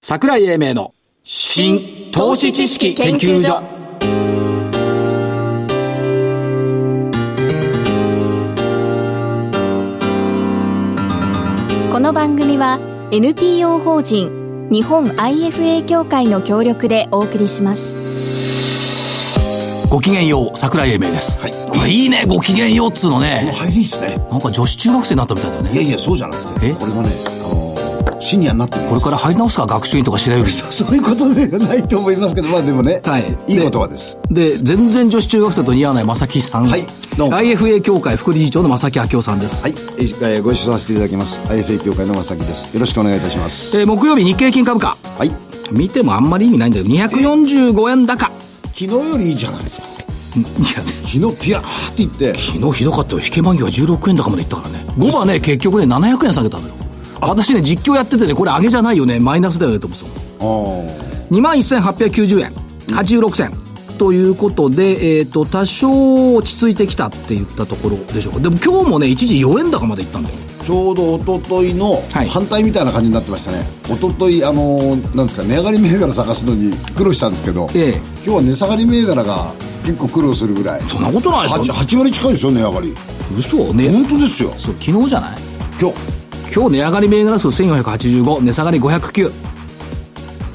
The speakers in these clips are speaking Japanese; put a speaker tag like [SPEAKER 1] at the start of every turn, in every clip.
[SPEAKER 1] 桜井英明の新投資知識研究所
[SPEAKER 2] この番組は NPO 法人日本 IFA 協会の協力でお送りします
[SPEAKER 1] ごきげんよう桜井英明です、
[SPEAKER 3] はい
[SPEAKER 1] これいいねごきげんようっつうの
[SPEAKER 3] もう
[SPEAKER 1] ね
[SPEAKER 3] 入りいいですね。
[SPEAKER 1] なんか女子中学生になったみたいだよ
[SPEAKER 3] いや
[SPEAKER 1] ね
[SPEAKER 3] いや、そうじゃなく
[SPEAKER 1] え
[SPEAKER 3] て。これがね、あのーシニアになってるん
[SPEAKER 1] こ
[SPEAKER 3] で
[SPEAKER 1] れ
[SPEAKER 3] す
[SPEAKER 1] から入り直すか学習院とか白百合
[SPEAKER 3] そうそういうことではないと思いますけど、まあでもね、
[SPEAKER 1] はい
[SPEAKER 3] い言葉です。
[SPEAKER 1] で全然女子中学生と似合わない正木さん、
[SPEAKER 3] はいどうも
[SPEAKER 1] IFA 協会副理事長の正木明夫さんです、
[SPEAKER 3] はい、えーえーご一緒させていただきます。IFA 協会の正木です。よろしくお願いいたします。
[SPEAKER 1] えー木曜日日経金株価
[SPEAKER 3] はい。
[SPEAKER 1] 見てもあんまり意味ないんだよ245円高
[SPEAKER 3] 昨日よりいいじゃないですか。
[SPEAKER 1] いや
[SPEAKER 3] 昨日ピヤーって言って、
[SPEAKER 1] 昨日ひどかったよ引け間際16円高までいったからね5はね結局ね700円下げたのよ私ね実況やっててねこれ上げじゃないよねマイナスだよねと思ってた
[SPEAKER 3] あー
[SPEAKER 1] 2万1890円86銭、ということで、えっと多少落ち着いてきたって言ったところでしょうかでも今日もね一時4円高までいったんだよね
[SPEAKER 3] ちょうど一昨日の
[SPEAKER 1] はい
[SPEAKER 3] 反対みたいな感じになってましたね。一昨日あのーなんですか、値上がり銘柄探すのに苦労したんですけど、
[SPEAKER 1] ええ
[SPEAKER 3] 今日は値下がり銘柄が結構苦労するぐらい。
[SPEAKER 1] そんなことないでしょ
[SPEAKER 3] 8, 8割近いですよ、値上がり。
[SPEAKER 1] 嘘ね
[SPEAKER 3] 本当ですよ。
[SPEAKER 1] そう昨日じゃない
[SPEAKER 3] 今日
[SPEAKER 1] 今日値上がり銘柄数1485値下がり509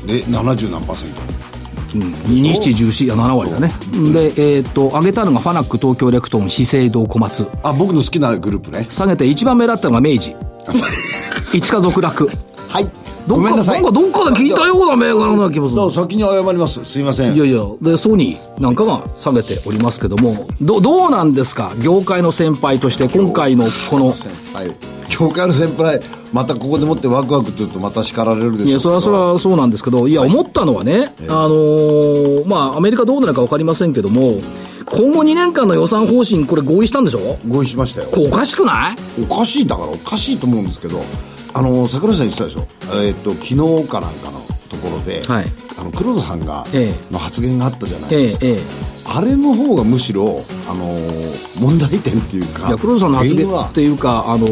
[SPEAKER 3] で70何パーセント
[SPEAKER 1] 2714あ7割だねでえっ、と上げたのがファナック東京レクトン資生堂小松
[SPEAKER 3] あ僕の好きなグループね
[SPEAKER 1] 下げて一番目だったのが 明治5日続落
[SPEAKER 3] はい
[SPEAKER 1] どっ
[SPEAKER 3] ごめん
[SPEAKER 1] か
[SPEAKER 3] なさい
[SPEAKER 1] んかどっかで聞いたような銘柄のような気もす
[SPEAKER 3] どう
[SPEAKER 1] る
[SPEAKER 3] 先に謝りますすいません
[SPEAKER 1] いやいやでソニーなんかが下げておりますけどもどどうなんですか業界の先輩として今回のこの
[SPEAKER 3] はい教会の先輩またここでもってワクワクって言うとまた叱られるでしょうけど
[SPEAKER 1] いやそれはそれはそうなんですけどいや思ったのはね、あのーまあアメリカどうなるか分かりませんけども今後2年間の予算方針これ合意したんでしょ
[SPEAKER 3] 合意しましたよ
[SPEAKER 1] これおかしくない
[SPEAKER 3] おかしいだからおかしいと思うんですけどあの桜井さん言ってたでしょえーっと昨日かなんかのところで、
[SPEAKER 1] はい
[SPEAKER 3] あの黒田さんが、
[SPEAKER 1] え
[SPEAKER 3] の発言があったじゃない
[SPEAKER 1] ええ
[SPEAKER 3] ですか、
[SPEAKER 1] ええ
[SPEAKER 3] あれの方がむしろ、あのー問題点っていうか
[SPEAKER 1] いや黒田さんの発
[SPEAKER 3] 原
[SPEAKER 1] 言
[SPEAKER 3] 因は
[SPEAKER 1] っていうか、あの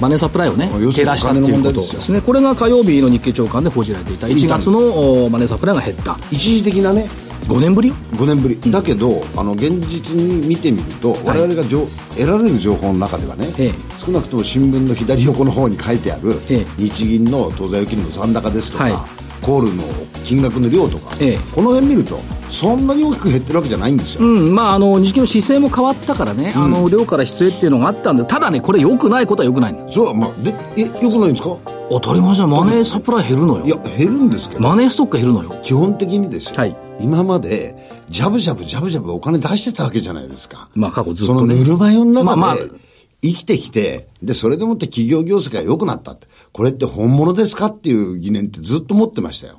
[SPEAKER 1] マネーサプライをね
[SPEAKER 3] 要、す
[SPEAKER 1] 減
[SPEAKER 3] るに
[SPEAKER 1] らしたっていうことですね、これが火曜日の日経長官で報じられていた、1月のおマネーサプライが減った、
[SPEAKER 3] 一時的なね
[SPEAKER 1] 5年ぶりよ
[SPEAKER 3] 5年ぶり、だけどあの現実に見てみると、我々がじょ得られる情報の中ではね、
[SPEAKER 1] ええ
[SPEAKER 3] 少なくとも新聞の左横の方に書いてある、
[SPEAKER 1] ええ
[SPEAKER 3] 日銀の当座預金の残高ですとか、
[SPEAKER 1] はい
[SPEAKER 3] コールの金額の量とか、
[SPEAKER 1] ええ
[SPEAKER 3] この辺見るとそんなに大きく減ってるわけじゃないんですよ、
[SPEAKER 1] うん、まあ、あの日銀の姿勢も変わったからね、あの量から質へっていうのがあったんで、ただね、これ、良くないことは良くないの
[SPEAKER 3] そうまあ、でえよくないんですか
[SPEAKER 1] 当たり前じゃん、マネーサプライ減るの
[SPEAKER 3] いや、減るんですけど、
[SPEAKER 1] マネーストック減るのよ、
[SPEAKER 3] 基本的にですよ、
[SPEAKER 1] はい
[SPEAKER 3] 今までジャブジャブジャブジャブお金出してたわけじゃないですか、
[SPEAKER 1] まあ過去ずっ
[SPEAKER 3] そ
[SPEAKER 1] と
[SPEAKER 3] の
[SPEAKER 1] ね
[SPEAKER 3] ぬるま湯の
[SPEAKER 1] まあまあ
[SPEAKER 3] 中で生きてきて、で、それでもって企業業績が良くなったって、これって本物ですかっていう疑念ってずっと持ってましたよ。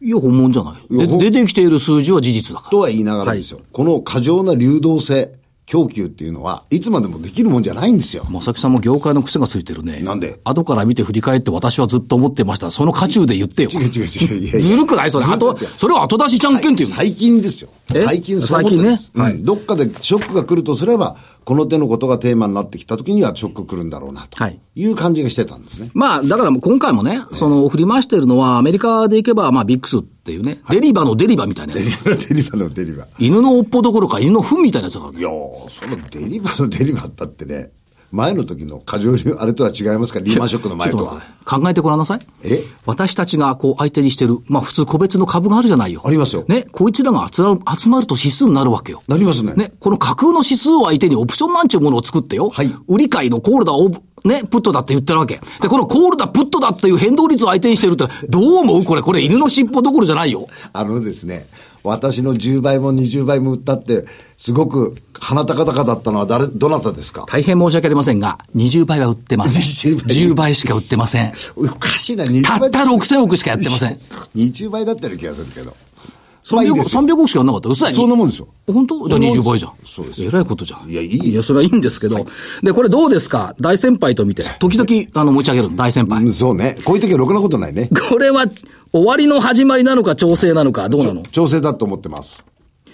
[SPEAKER 1] いや、本物じゃない、
[SPEAKER 3] い
[SPEAKER 1] で
[SPEAKER 3] やほん
[SPEAKER 1] 出てきている数字は事実だか
[SPEAKER 3] と
[SPEAKER 1] ら。
[SPEAKER 3] は言いながらですよ、この過剰な流動性、供給っていうのは、いつまでもできるもんじゃないんで すよ。
[SPEAKER 1] 正木さんも業界の癖がついてるね。
[SPEAKER 3] なんで
[SPEAKER 1] 後から見て振り返って私はずっと思ってました。その渦中で言ってよ。
[SPEAKER 3] 違う違う違う。いやいや
[SPEAKER 1] ずるくないそれ。
[SPEAKER 3] ず
[SPEAKER 1] あ
[SPEAKER 3] っと
[SPEAKER 1] と、それを後出しじゃんけんっていう。
[SPEAKER 3] 最近ですよ。
[SPEAKER 1] え
[SPEAKER 3] 最近そういうことです
[SPEAKER 1] 最、近ね
[SPEAKER 3] うんどっかでショックが来るとすれば、この手のことがテーマになってきた時にはショック来るんだろうな、と
[SPEAKER 1] はい
[SPEAKER 3] いう感じがしてたんですね。
[SPEAKER 1] まあ、だからもう今回もね、その、振り回してるのは、アメリカでいけば、まあ、ビックスっていうね、デリバのデリバみたいなやつ。
[SPEAKER 3] デリバのデリバ。
[SPEAKER 1] 犬の尾っぽどころか、犬の糞みたいなやつだから
[SPEAKER 3] い
[SPEAKER 1] ね。
[SPEAKER 3] やー、そのデリバの デリバだってね、前の時の過剰流、あれとは違いますか、リーマンショックの前
[SPEAKER 1] ちょ
[SPEAKER 3] と
[SPEAKER 1] っと待
[SPEAKER 3] は
[SPEAKER 1] っ。て考えてごらんなさい。
[SPEAKER 3] え
[SPEAKER 1] 私たちがこう相手にしてる、まあ普通個別の株があるじゃないよ。
[SPEAKER 3] ありますよ
[SPEAKER 1] ね、こいつらが集まる集まると指数になるわけよ。
[SPEAKER 3] なりますね。
[SPEAKER 1] ね、この架空の指数を相手にオプションなんちゅうものを作ってよ。
[SPEAKER 3] はい
[SPEAKER 1] 売り買いのコールだ、オブ、ね、プットだって言ってるわけ。で、このコールだ、プットだっていう変動率を相手にしてるって、どう思うこれ、これ犬の尻尾どころじゃないよ。
[SPEAKER 3] あのですね、私の10倍も20倍も売ったって、すごく鼻高々だったのは誰、どなたですか
[SPEAKER 1] 大変申し訳ありませんが、20倍は売ってません。
[SPEAKER 3] 20倍
[SPEAKER 1] 10倍しか売ってません。
[SPEAKER 3] おかしいな、20
[SPEAKER 1] た
[SPEAKER 3] 倍
[SPEAKER 1] った6000億しかやってま せん。
[SPEAKER 3] 20倍だったような気がするけど。まあいい
[SPEAKER 1] 300
[SPEAKER 3] ですよ
[SPEAKER 1] 300億しかやんなかった。嘘だよ。
[SPEAKER 3] そんなもんですよ
[SPEAKER 1] 本当じゃあ
[SPEAKER 3] そんなもんで
[SPEAKER 1] 20
[SPEAKER 3] す
[SPEAKER 1] 倍じゃん。
[SPEAKER 3] そうです
[SPEAKER 1] えらいことじゃん。
[SPEAKER 3] いやいいよ
[SPEAKER 1] いや、それはいいんですけど。で、これどうですか大先輩と見て。時々、あの、持ち上げるの大先輩
[SPEAKER 3] う。んそうね。こういう時はろくなことないね。
[SPEAKER 1] これは、終わりの始まりなのか、調整なのか、どうなの
[SPEAKER 3] 調整だと思ってます。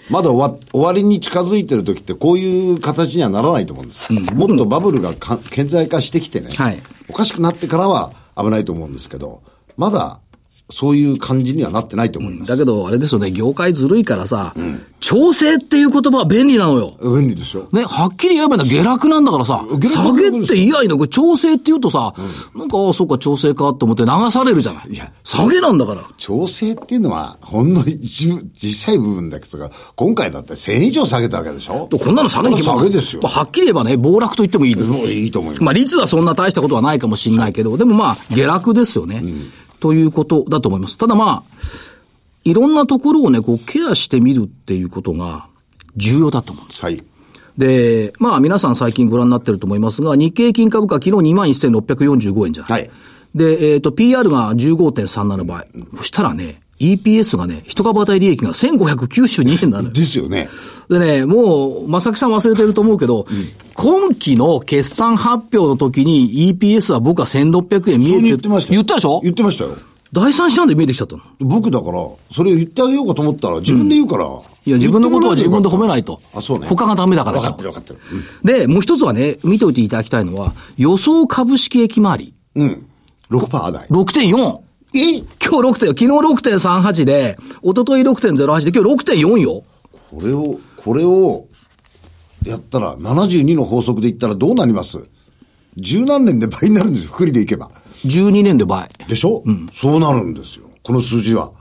[SPEAKER 3] まだ終わ終わりに近づいてる時ってこういう形にはならないと思うんです。もっとバブルがか顕在化してきてね、
[SPEAKER 1] はい
[SPEAKER 3] おかしくなってからは危ないと思うんですけど、まだそういう感じにはなってないと思います。
[SPEAKER 1] だけど、あれですよね、業界ずるいからさ、調整っていう言葉は便利なのよ。
[SPEAKER 3] 便利ですよ。
[SPEAKER 1] ね、はっきり言えばいいんだ、下落なんだからさ、
[SPEAKER 3] 下
[SPEAKER 1] 下
[SPEAKER 3] 落
[SPEAKER 1] げって以外の、これ調整って言うとさ、なんか、ああ、そうか、調整かと思って流されるじゃない。
[SPEAKER 3] いや
[SPEAKER 1] 下げなんだから。
[SPEAKER 3] 調整っていうのは、ほんの一部、小さい部分だけど、今回だって1000以上下げたわけでしょ
[SPEAKER 1] とこんなの下げに決ま
[SPEAKER 3] 下
[SPEAKER 1] る
[SPEAKER 3] げですよ。
[SPEAKER 1] はっきり言えばね、暴落と言ってもいい。
[SPEAKER 3] もういいと思います。
[SPEAKER 1] まあ、率はそんな大したことはないかもしれないけど、でもまあ、下落ですよね、ということだと思います。ただまあ、いろんなところをね、こう、ケアしてみるっていうことが重要だと思うんです。
[SPEAKER 3] はい。
[SPEAKER 1] で、まあ、皆さん最近ご覧になってると思いますが、日経金株価昨日21,645円じゃん。
[SPEAKER 3] はい。
[SPEAKER 1] で、えっ、と、PR が15.37倍。そしたらね、EPS がね、一株当たり利益が1592円なのよ。
[SPEAKER 3] ですよね。
[SPEAKER 1] でね、もう、正木さん忘れてると思うけど、今期の決算発表の時に EPS は僕は1600円見え
[SPEAKER 3] そう
[SPEAKER 1] て
[SPEAKER 3] 言ってましたよ
[SPEAKER 1] 言ったでしょ
[SPEAKER 3] 言ってましたよ。
[SPEAKER 1] 第三四半で見えてきちゃったの。
[SPEAKER 3] 僕だから、それを言ってあげようかと思ったら、自分で言うから。
[SPEAKER 1] いや、自分のことは自分で褒めないと。
[SPEAKER 3] あ、そうね。
[SPEAKER 1] 他がダメだから
[SPEAKER 3] 分かってる分かってる。
[SPEAKER 1] で、もう一つはね、見ておいていただきたいのは、予想株式益回り、
[SPEAKER 3] うん。うん。6%台。
[SPEAKER 1] 6.4。
[SPEAKER 3] え
[SPEAKER 1] 今日6点、昨日6.38で、一昨日6.08で、今日6.4よ。
[SPEAKER 3] これを、これを、やったら、72の法則で言ったらどうなります十何年で倍になるんですよ、福利でいけば。
[SPEAKER 1] 12年で倍。
[SPEAKER 3] でしょそうなるんですよ、この数字は。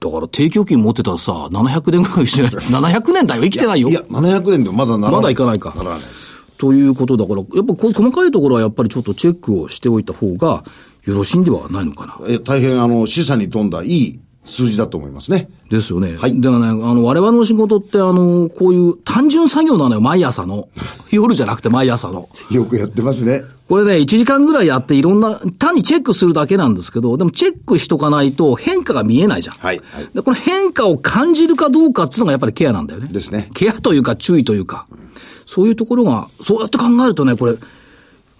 [SPEAKER 1] だから定期預金持ってたらさ、700年ぐらいしてない。700年だよ、生きてないよ。
[SPEAKER 3] いや、700年でもまだならないです。
[SPEAKER 1] まだいかないか
[SPEAKER 3] ならないです。
[SPEAKER 1] ということだから、やっぱこういう細かいところはやっぱりちょっとチェックをしておいた方がよろしいんではないのかな。
[SPEAKER 3] え大変、あの、資産に富んだいい数字だと思いますね。
[SPEAKER 1] ですよね。
[SPEAKER 3] はい
[SPEAKER 1] だからね、あの、我々の仕事って、あの、こういう単純作業なのよ、毎朝の。 夜じゃなくて毎朝の。
[SPEAKER 3] よくやってますね。
[SPEAKER 1] これね、1時間ぐらいやっていろんな、単にチェックするだけなんですけど、でもチェックしとかないと変化が見えないじゃん。
[SPEAKER 3] はいはい
[SPEAKER 1] で、この変化を感じるかどうかっていうのがやっぱりケアなんだよね。
[SPEAKER 3] ですね
[SPEAKER 1] ケアというか注意というか、そういうところが、そうやって考えるとね、これ、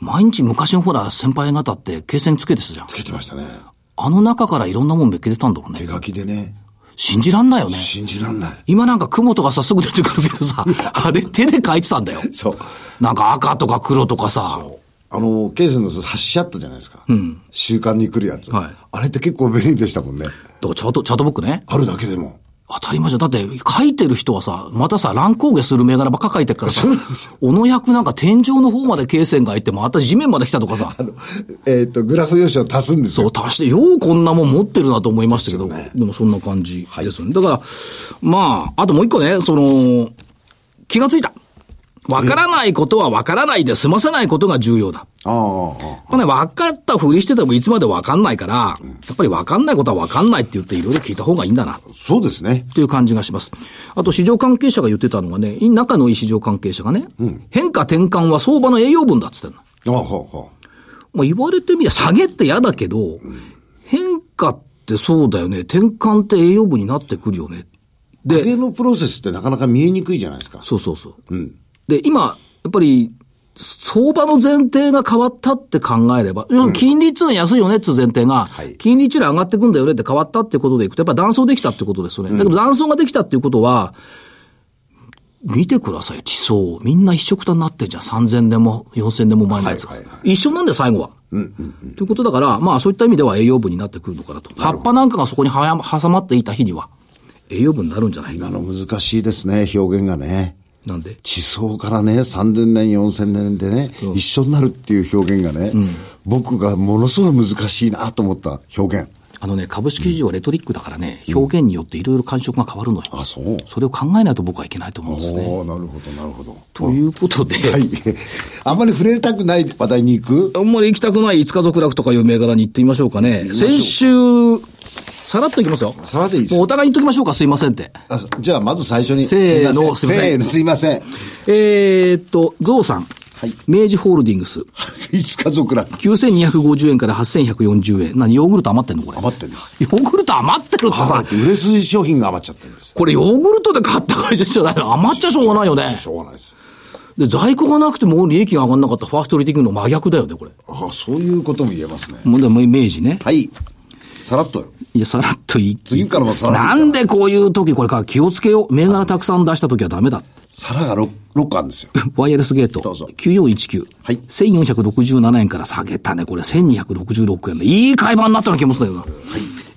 [SPEAKER 1] 毎日昔のほら、先輩方って、計線つけてたじゃん。
[SPEAKER 3] つけてましたね。
[SPEAKER 1] あの中からいろんなもんめっけてたんだろうね
[SPEAKER 3] 手。書きでね、
[SPEAKER 1] 信じらんないよね。
[SPEAKER 3] 信じらんない。
[SPEAKER 1] 今なんか雲とか早速出てくるけど さ、あれ手で書いてたんだよ。
[SPEAKER 3] そう。
[SPEAKER 1] なんか赤とか黒とかさ。
[SPEAKER 3] あの、ケイセンの発しあったじゃないですか。習慣に来るやつ。
[SPEAKER 1] はい
[SPEAKER 3] あれって結構便利でしたもんね。
[SPEAKER 1] だからチャート、チャートブックね。
[SPEAKER 3] あるだけでも。
[SPEAKER 1] 当たり前じゃん。だって、書いてる人はさ、またさ、乱高下する銘柄ばっか書いてるからさ
[SPEAKER 3] そうなんですよ、
[SPEAKER 1] おの役なんか天井の方まで経線がいって、また地面まで来たとかさ、
[SPEAKER 3] えっ、と、グラフ用紙を足すんです
[SPEAKER 1] そ
[SPEAKER 3] よ
[SPEAKER 1] う。足して、ようこんなもん持ってるなと思いましたけど、
[SPEAKER 3] ですよね
[SPEAKER 1] でもそんな感じですよね。だから、まあ、あともう一個ね、その、気がついた。わからないことはわからないで済ませないことが重要だ。
[SPEAKER 3] ああああ、ああ
[SPEAKER 1] まあね、分かったふりしててもいつまでわかんないから、やっぱりわかんないことはわかんないって言っていろいろ聞いた方がいいんだな。
[SPEAKER 3] そうですね。
[SPEAKER 1] っていう感じがします。あと、市場関係者が言ってたのがね、仲のいい市場関係者がね、変化転換は相場の栄養分だっつってんの。
[SPEAKER 3] ああ、ほうほ
[SPEAKER 1] まあ、言われてみりゃ下げって嫌だけど、変化ってそうだよね。転換って栄養分になってくるよね。
[SPEAKER 3] う。
[SPEAKER 1] で、
[SPEAKER 3] 影のプロセスってなかなか見えにくいじゃないですか。
[SPEAKER 1] そうそうそう。で、今、やっぱり、相場の前提が変わったって考えれば、要は金利っていうのは安いよねっていう前提が、
[SPEAKER 3] い
[SPEAKER 1] 金利っていうのは上がってくんだよねって変わったってことでいくと、やっぱ断層できたってことですよね。だけど断層ができたっていうことは、見てくださいよ、地層。みんな一緒くたになってんじゃん。3000年も4000年も前のやつが。
[SPEAKER 3] はいはい
[SPEAKER 1] 一緒なんだよ、最後は。ということだから、まあそういった意味では栄養分になってくるのかなと。葉っぱなんかがそこにはや挟まっていた日には、栄養分になるんじゃない
[SPEAKER 3] 今の難しいですね、表現がね。
[SPEAKER 1] なんで。
[SPEAKER 3] 地層からね、3000年、4000年でね、一緒になるっていう表現がね、僕がものすごい難しいなと思った表現。
[SPEAKER 1] あのね、株式市場はレトリックだからね、表現によっていろいろ感触が変わるのよ。
[SPEAKER 3] あ、そう。
[SPEAKER 1] それを考えないと僕はいけないと思うんですね。
[SPEAKER 3] おおなるほど、なるほど。
[SPEAKER 1] ということで、
[SPEAKER 3] はい。 あんまり触れたくない話題に行く
[SPEAKER 1] あんまり行きたくない5日続落とかいう銘柄に行ってみましょうかね。先週、さらっと行きますよ。
[SPEAKER 3] さらっといいです
[SPEAKER 1] もうお互いに言っときましょうか、すいませんって。
[SPEAKER 3] あじゃあ、まず最初に。
[SPEAKER 1] せーの
[SPEAKER 3] すいませんせ
[SPEAKER 1] すいません
[SPEAKER 3] ーの、すいません。
[SPEAKER 1] えー、っと、ゾウさん。
[SPEAKER 3] はい
[SPEAKER 1] 明治ホールディングス。
[SPEAKER 3] 5日続落。
[SPEAKER 1] 9250円から8140円。何、ヨーグルト余ってんのこれ。
[SPEAKER 3] 余ってるんです。
[SPEAKER 1] ヨーグルト余ってるって
[SPEAKER 3] あ
[SPEAKER 1] さ
[SPEAKER 3] っ、て売れ筋商品が余っちゃってるんです。
[SPEAKER 1] これヨーグルトで買った会社じゃないの余っちゃしょうがないよね
[SPEAKER 3] し。ょうがないです。
[SPEAKER 1] で、在庫がなくても利益が上がんなかったファーストリティングの真逆だよね、これ。
[SPEAKER 3] あそういうことも言えますね。
[SPEAKER 1] もうでもイメージね。
[SPEAKER 3] はい。さらっとよ。
[SPEAKER 1] いや、さらっと言い
[SPEAKER 3] 次からもさらっと
[SPEAKER 1] なんでこういう時、これから気をつけよう。銘柄たくさん出した時はダメだ。
[SPEAKER 3] 皿が 6, 六個あるんですよ。
[SPEAKER 1] ワイヤレスゲート。
[SPEAKER 3] どうぞ
[SPEAKER 1] 9419。
[SPEAKER 3] はい
[SPEAKER 1] 1467円から下げたね。これ1266円で。いい買い場になったような気もするんだけ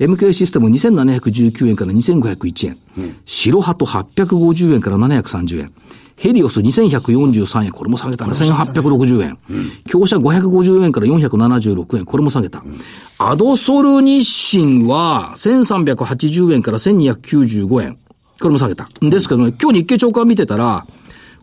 [SPEAKER 1] どな。 MK システム2719円から2501円。白鳩850円から730円。ヘリオス2143円、これも下げたね。1860円。強者550円から476円、これも下げた。アドソル日清は1380円から1295円。これも下げた。ですけどね、今日日経長官見てたら、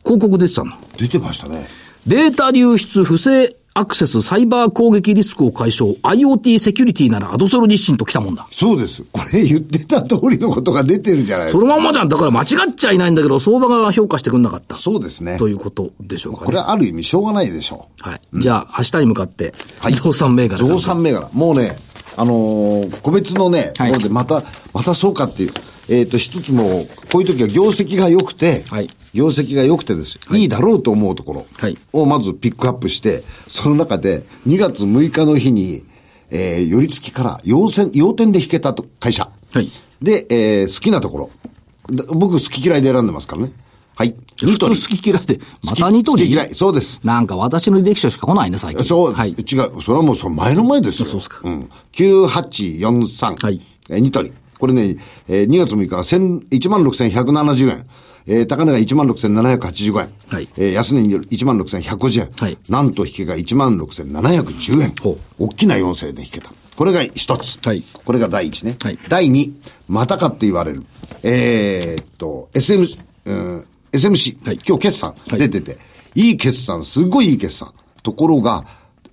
[SPEAKER 1] 広告出てたの。
[SPEAKER 3] 出てましたね。
[SPEAKER 1] データ流出不正アクセスサイバー攻撃リスクを解消 IoT セキュリティならアドソル日清と来たもんだ。
[SPEAKER 3] そうです。これ言ってた通りのことが出てるじゃないで
[SPEAKER 1] そ
[SPEAKER 3] すか。
[SPEAKER 1] のまんまじゃん。だから間違っちゃいないんだけど、相場が評価してくんなかった。
[SPEAKER 3] そうですね。
[SPEAKER 1] ということでしょうか
[SPEAKER 3] これ
[SPEAKER 1] ね。
[SPEAKER 3] はある意味しょうがないでしょう。
[SPEAKER 1] はい。じゃあ、明日に向かって、
[SPEAKER 3] はい
[SPEAKER 1] 増産銘柄。
[SPEAKER 3] 増。産銘柄。もうね、あのー個別のね、と
[SPEAKER 1] はい
[SPEAKER 3] ころでまた、またそうかっていう。えっ、と、一つもう、こういう時は業績が良くて、
[SPEAKER 1] はい
[SPEAKER 3] 業績が良くてです。いいだろうと思うところ
[SPEAKER 1] はい
[SPEAKER 3] をまずピックアップして、その中で2月6日の日に、えー、寄り付きから要線、要点で引けたと会社。
[SPEAKER 1] はい
[SPEAKER 3] で、えー好きなところ。で僕好き嫌いで選んでますからね。はい。
[SPEAKER 1] 普
[SPEAKER 3] ニトリ。
[SPEAKER 1] 通好き嫌いで、また
[SPEAKER 3] 好き
[SPEAKER 1] ニトリ
[SPEAKER 3] 好き嫌い。そうです。
[SPEAKER 1] なんか私の履歴書しか来ないね、最近。
[SPEAKER 3] そうです、
[SPEAKER 1] はい。
[SPEAKER 3] 違う。それはもうその前の前ですよ。
[SPEAKER 1] そうっすか
[SPEAKER 3] ん。9843。
[SPEAKER 1] はい
[SPEAKER 3] えーニトリ。これね、えー2月6日は1000 16,170円。えー高値が16,785円。
[SPEAKER 1] はい
[SPEAKER 3] えー安値による16,150円。
[SPEAKER 1] はい
[SPEAKER 3] なんと引けが16,710円。
[SPEAKER 1] ほ
[SPEAKER 3] 大きな4000円で引けた。これが一つ。
[SPEAKER 1] はい
[SPEAKER 3] これが第一ね。
[SPEAKER 1] はい
[SPEAKER 3] 第二、またかって言われる。えーっと、SM、うん、SMC。
[SPEAKER 1] はい
[SPEAKER 3] 今日決算
[SPEAKER 1] はい
[SPEAKER 3] 出てて、い、い決算、すごいいい決算。ところが、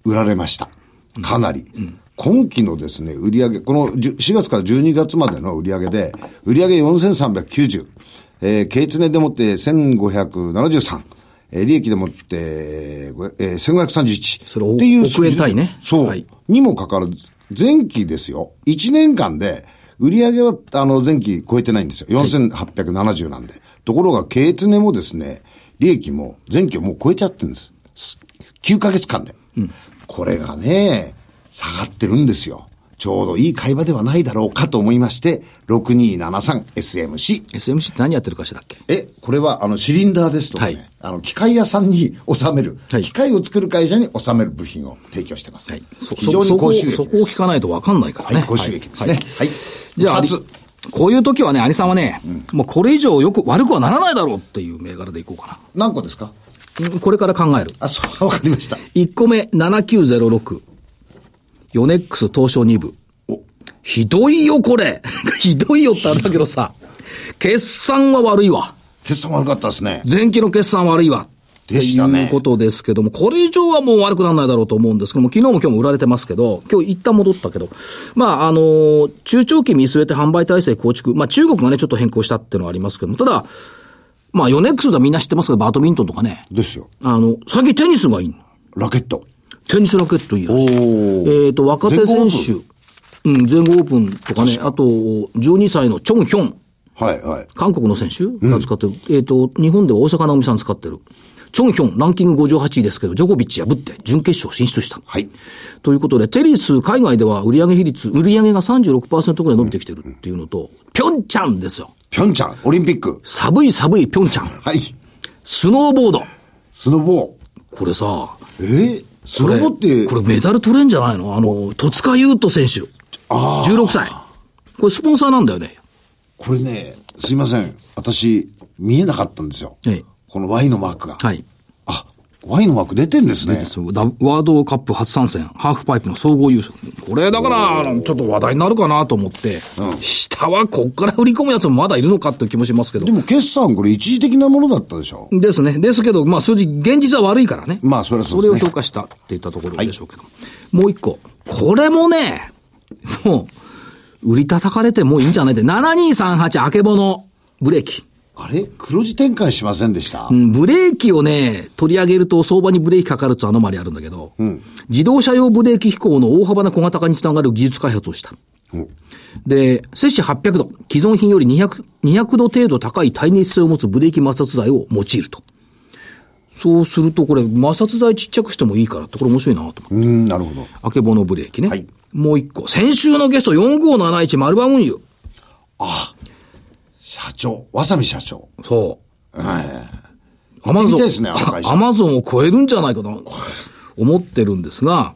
[SPEAKER 3] 売られました。かなり。今期のですね、売り上げ、この10 4月から12月までの売り上げで、売り上げ4390、えー、経営値でもって1573、えー利益でもって、ごえー、1531。
[SPEAKER 1] それお
[SPEAKER 3] っていう
[SPEAKER 1] 億円単位ね
[SPEAKER 3] そう。
[SPEAKER 1] はい
[SPEAKER 3] にもかかわらず、前期ですよ。1年間で、売り上げは、あの、前期超えてないんですよ。4870なんで。ところが、経営値もですね、利益も、前期をもう超えちゃってるんです。す9ヶ月間で。これがね、下がってるんですよ。ちょうどいい会話ではないだろうかと思いまして、6273SMC。
[SPEAKER 1] SMC って何やってるかしらっけ
[SPEAKER 3] え、これは、あの、シリンダーですとかね、
[SPEAKER 1] はい
[SPEAKER 3] あの、機械屋さんに納める、
[SPEAKER 1] はい
[SPEAKER 3] 機械を作る会社に納める部品を提供してます。
[SPEAKER 1] はい。そ
[SPEAKER 3] 非常に高収益です。
[SPEAKER 1] そこそこを聞かないとわかんないからね。
[SPEAKER 3] はい、高収益ですね。
[SPEAKER 1] は
[SPEAKER 3] はい
[SPEAKER 1] はい
[SPEAKER 3] い。
[SPEAKER 1] じゃあ、
[SPEAKER 3] 二
[SPEAKER 1] あ
[SPEAKER 3] つ
[SPEAKER 1] り。こういう時はね、アリさんはね、もうこれ以上よく悪くはならないだろうっていう銘柄でいこうか
[SPEAKER 3] 何個ですか
[SPEAKER 1] な。うんこれから考える。
[SPEAKER 3] あ、そう、わかりました。
[SPEAKER 1] 1個目、7906。ヨネックス東証2部。ひどいよ、これ。 ひどいよってあれだけどさ。決算は悪いわ。
[SPEAKER 3] 決算悪かったですね。
[SPEAKER 1] 前期の決算悪いわ。
[SPEAKER 3] でしたね
[SPEAKER 1] ということですけども、これ以上はもう悪くならないだろうと思うんですけども、昨日も今日も売られてますけど、今日一旦戻ったけど、まあ、あのー中長期見据えて販売体制構築、まあ、中国がね、ちょっと変更したっていうのはありますけども、ただ、まあ、ヨネックスはみんな知ってますけど、バドミントンとかね、
[SPEAKER 3] ですよ。
[SPEAKER 1] あの、最近テニスがいいの。
[SPEAKER 3] ラケット。
[SPEAKER 1] テニスラケットいいらしい。
[SPEAKER 3] ー
[SPEAKER 1] えっ、と、若手選
[SPEAKER 3] 全
[SPEAKER 1] 手。うん、全豪オープンとかね、あと、12歳のチョンヒョン、
[SPEAKER 3] はい、はい。
[SPEAKER 1] 韓国の選手が使ってる。えっ、と、日本では大阪直美さん使ってる。チョンヒョン、ランキング58位ですけど、ジョコビッチ破って、準決勝進出した。
[SPEAKER 3] はい。
[SPEAKER 1] ということで、テニス、海外では売上比率、売上が36%ぐらい伸びてきてるっていうのと、ピョンチャンですよ。
[SPEAKER 3] ピョンチャン、オリンピック。
[SPEAKER 1] 寒い寒いピョンチャン。
[SPEAKER 3] はい。
[SPEAKER 1] スノーボード。
[SPEAKER 3] スノボー。
[SPEAKER 1] これさ、
[SPEAKER 3] えー、スノボって、
[SPEAKER 1] これメダル取れんじゃないのあの、戸塚優斗選手。16歳。これスポンサーなんだよね。
[SPEAKER 3] これね、すいません。私、見えなかったんですよ。
[SPEAKER 1] ええ
[SPEAKER 3] この Y のマークが。
[SPEAKER 1] はい。
[SPEAKER 3] あ、Y のマーク出てんですね。
[SPEAKER 1] そうだワールドカップ初参戦、ハーフパイプの総合優勝。これだから、あのちょっと話題になるかなと思って、下はこっから振り込むやつもまだいるのかって気もしますけど
[SPEAKER 3] で。も決算これ一時的なものだったでしょ
[SPEAKER 1] ですね。ですけど、まあ数字、現実は悪いからね。
[SPEAKER 3] まあそりゃそ
[SPEAKER 1] そ
[SPEAKER 3] うで
[SPEAKER 1] れ
[SPEAKER 3] す
[SPEAKER 1] を
[SPEAKER 3] ね。
[SPEAKER 1] 評価したって言ったところでしょうけど。もう一個。これもね、もう、売り叩かれてもういいんじゃないって。7238、あけぼの、ブレーキ。
[SPEAKER 3] あれ黒字転換しませんでした、
[SPEAKER 1] うんブレーキをね、取り上げると相場にブレーキかかるっていうのもありあるんだけど、自動車用ブレーキ飛行の大幅な小型化につながる技術開発をした。
[SPEAKER 3] お
[SPEAKER 1] で、摂氏800度、既存品より200、200度程度高い耐熱性を持つブレーキ摩擦材を用いると。そうすると、これ、摩擦材ちっちゃくしてもいいからって、これ面白いなと思って
[SPEAKER 3] うーん、なるほど。
[SPEAKER 1] あけぼのブレーキね。
[SPEAKER 3] はい
[SPEAKER 1] もう一個。先週のゲスト4571丸番運輸。
[SPEAKER 3] 社長、わさび社長。
[SPEAKER 1] そ
[SPEAKER 3] は
[SPEAKER 1] う。アマゾ
[SPEAKER 3] 行ってみ
[SPEAKER 1] ン。
[SPEAKER 3] たいですねあの会社
[SPEAKER 1] アマゾンを超えるんじゃないかと思ってるんですが、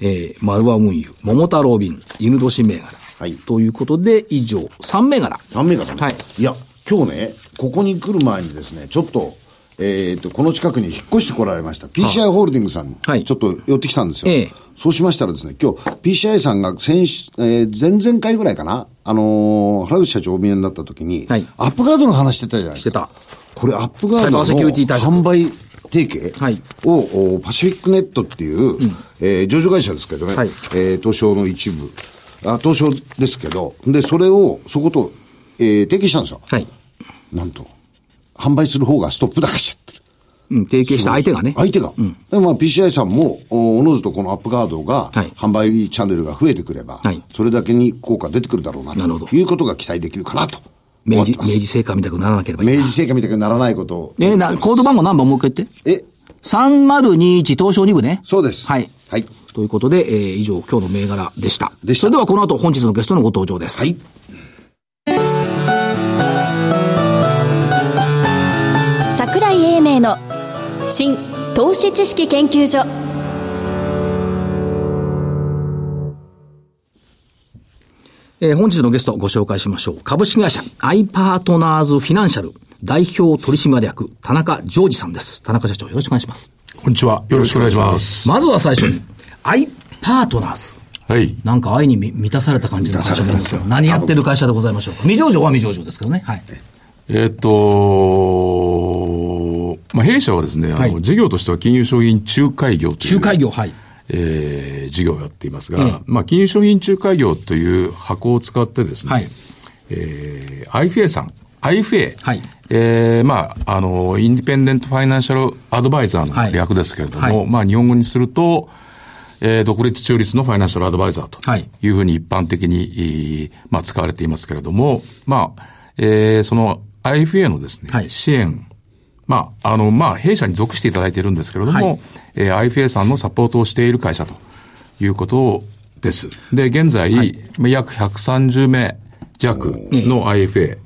[SPEAKER 1] えー、丸番運輸、桃太郎便、犬年銘柄。
[SPEAKER 3] はい
[SPEAKER 1] ということで、以上、3銘柄。
[SPEAKER 3] 3銘柄さん。
[SPEAKER 1] はい。
[SPEAKER 3] いや、今日ね、ここに来る前にですね、ちょっと、えっ、と、この近くに引っ越してこられました。PCI ホールディングスさんに、
[SPEAKER 1] はい
[SPEAKER 3] ちょっと寄ってきたんですよ。
[SPEAKER 1] ええ
[SPEAKER 3] そうしましたらですね、今日、PCI さんが先週、えー前々回ぐらいかな、あのー原口社長お見えになった時に、
[SPEAKER 1] はい
[SPEAKER 3] アップガードの話してたじゃないで
[SPEAKER 1] し
[SPEAKER 3] す
[SPEAKER 1] て
[SPEAKER 3] か。
[SPEAKER 1] た。
[SPEAKER 3] これアップガー
[SPEAKER 1] サイ
[SPEAKER 3] ドの
[SPEAKER 1] バーセキュリティ対策
[SPEAKER 3] 販売提携を、
[SPEAKER 1] はい
[SPEAKER 3] おパシフィックネットっていう、えー上場会社ですけどね、
[SPEAKER 1] はい
[SPEAKER 3] えー東証の一部、あ、東証ですけど、で、それを、そこと、えー提携したんですよ。
[SPEAKER 1] はい。
[SPEAKER 3] なんと、販売する方がストップ高しちゃってる。
[SPEAKER 1] うん、提携した相手がね。
[SPEAKER 3] 相手が。で、まあ、PCI さんも、おおのずとこのアップガードが、
[SPEAKER 1] はい
[SPEAKER 3] 販売チャンネルが増えてくれば、
[SPEAKER 1] はい
[SPEAKER 3] それだけに効果出てくるだろうな、
[SPEAKER 1] なるほ
[SPEAKER 3] と
[SPEAKER 1] ど
[SPEAKER 3] いうことが期待できるかなと思
[SPEAKER 1] 明
[SPEAKER 3] って
[SPEAKER 1] 治、
[SPEAKER 3] ま
[SPEAKER 1] 明
[SPEAKER 3] す。
[SPEAKER 1] 治成果みたくならなければいい。
[SPEAKER 3] 明治成果みたいにならないことを。
[SPEAKER 1] えーな、コード番号何番もう一回言って。
[SPEAKER 3] え、
[SPEAKER 1] 3021東証2部ね。
[SPEAKER 3] そうです。
[SPEAKER 1] はい。
[SPEAKER 3] はい。
[SPEAKER 1] ということで、えー以上、今日の銘柄でした。
[SPEAKER 3] でした
[SPEAKER 1] それではこの後、本日のゲストのご登場です。
[SPEAKER 3] はい。
[SPEAKER 2] 桜井英明の新投資知識研究所
[SPEAKER 1] えー本日のゲストご紹介しましょう。株式会社、アイパートナーズフィナンシャル代表取締役、田中ジョージさんです。田中社長、よろしくお願いします。
[SPEAKER 4] こんにちは。よろしくお願いします。
[SPEAKER 1] まずは最初に、アイパートナーズ。
[SPEAKER 4] はい。
[SPEAKER 1] なんか愛にみ満たされた感じの会社で
[SPEAKER 3] 満たされてますよ
[SPEAKER 1] 何やってる会社でございましょうか。未上場は未上場ですけどね。はい。
[SPEAKER 4] えーっと、まあ、弊社はですね、あの、
[SPEAKER 1] はい
[SPEAKER 4] 事業としては金融商品仲介業という。
[SPEAKER 1] 仲介業、はい。
[SPEAKER 4] えー事業をやっていますが、
[SPEAKER 1] ええ
[SPEAKER 4] まあ、金融商品仲介業という箱を使ってですね、
[SPEAKER 1] はい
[SPEAKER 4] えー IFA さん、IFA、
[SPEAKER 1] はい
[SPEAKER 4] えーまあ、あの、インディペンデント・ファイナンシャル・アドバイザーの略ですけれども、
[SPEAKER 1] はいはい
[SPEAKER 4] まあ、日本語にすると、えー独立中立のファイナンシャルアドバイザーと
[SPEAKER 1] はい
[SPEAKER 4] いうふうに一般的に、いいまあ、使われていますけれども、まあ、えーその IFA のですね、
[SPEAKER 1] はい
[SPEAKER 4] 支援、まあ、あの、まあ、弊社に属していただいているんですけれども、
[SPEAKER 1] はい
[SPEAKER 4] えー IFA さんのサポートをしている会社ということです。で、現在、約130名弱の IFA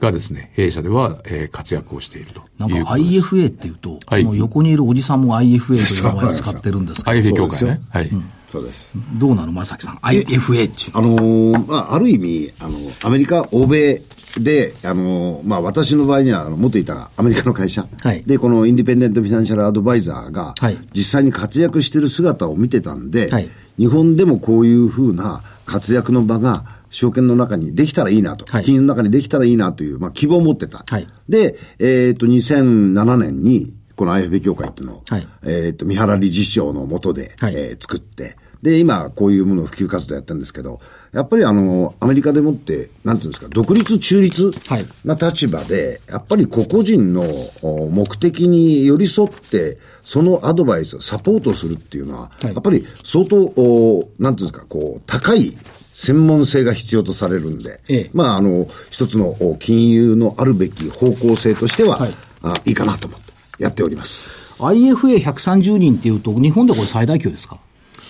[SPEAKER 4] がですね、弊社では、えー活躍をしていると
[SPEAKER 1] なん
[SPEAKER 4] い
[SPEAKER 1] か
[SPEAKER 4] うことです。
[SPEAKER 1] IFA っていうと、
[SPEAKER 4] はい
[SPEAKER 1] この横にいるおじさんも IFA という名前を使ってるんですけ
[SPEAKER 4] IFA
[SPEAKER 3] そ
[SPEAKER 4] 協
[SPEAKER 3] うです
[SPEAKER 4] 会
[SPEAKER 3] よ
[SPEAKER 4] ね。はい。
[SPEAKER 3] そうです。
[SPEAKER 1] ど、どうなの、まさきさん。IFA っていうの
[SPEAKER 3] あのーまあ、ある意味、あの、アメリカ、欧米で、あのーまあ、私の場合には、あの、元いたアメリカの会社、
[SPEAKER 1] はい
[SPEAKER 3] で、このインディペンデントフィナンシャルアドバイザーが、
[SPEAKER 1] はい
[SPEAKER 3] 実際に活躍している姿を見てたんで、
[SPEAKER 1] はい
[SPEAKER 3] 日本でもこういうふうな活躍の場が、証券の中にできたらいいなと、
[SPEAKER 1] はい
[SPEAKER 3] 金融の中にできたらいいなという、まあ、希望を持ってた。
[SPEAKER 1] はい
[SPEAKER 3] で、えっ、と、2007年に、この IFA 協会っていうのを、
[SPEAKER 1] はい
[SPEAKER 3] えっ、と、三原理事長の下で、
[SPEAKER 1] はい
[SPEAKER 3] えー作って、で、今、こういうものを普及活動やってるんですけど、やっぱりあの、アメリカでもって、なんていうんですか、独立中立
[SPEAKER 1] はい
[SPEAKER 3] な立場で、やっぱり個々人のお目的に寄り添って、そのアドバイス、サポートするっていうのは、
[SPEAKER 1] はい
[SPEAKER 3] やっぱり相当、おなんていうんですか、こう、高い専門性が必要とされるんで、
[SPEAKER 1] ええ
[SPEAKER 3] まあ、あの、一つのお金融のあるべき方向性としては、
[SPEAKER 1] はい
[SPEAKER 3] い、あいいかなと思って、やっております。
[SPEAKER 1] IFA130 人っていうと、日本でこれ最大級ですか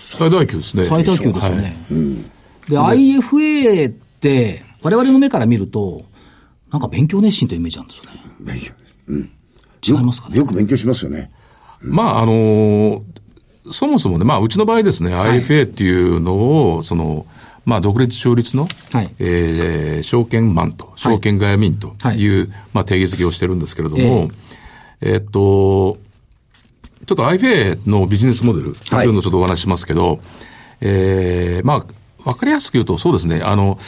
[SPEAKER 4] 最大級ですね。
[SPEAKER 1] 最大級ですよ
[SPEAKER 4] はい
[SPEAKER 1] ね。で、IFA って、我々の目から見ると、なんか勉強熱心というイメージなんですよね。
[SPEAKER 3] 勉強です
[SPEAKER 1] 違いますかね
[SPEAKER 3] よく勉強しますよね。
[SPEAKER 4] まあ、あのーそもそもね、まあ、うちの場合ですね、IFA っていうのを、その、まあ、独立中立の、
[SPEAKER 1] はい
[SPEAKER 4] えー証券マンと、証券外民という、まあ、定義付けをしてるんですけれども、えっと、ちょっと IFA のビジネスモデル、
[SPEAKER 3] はい
[SPEAKER 4] というのをちょっとお話ししますけど、えーまあ、わかりやすく言うと、そうですね、あの、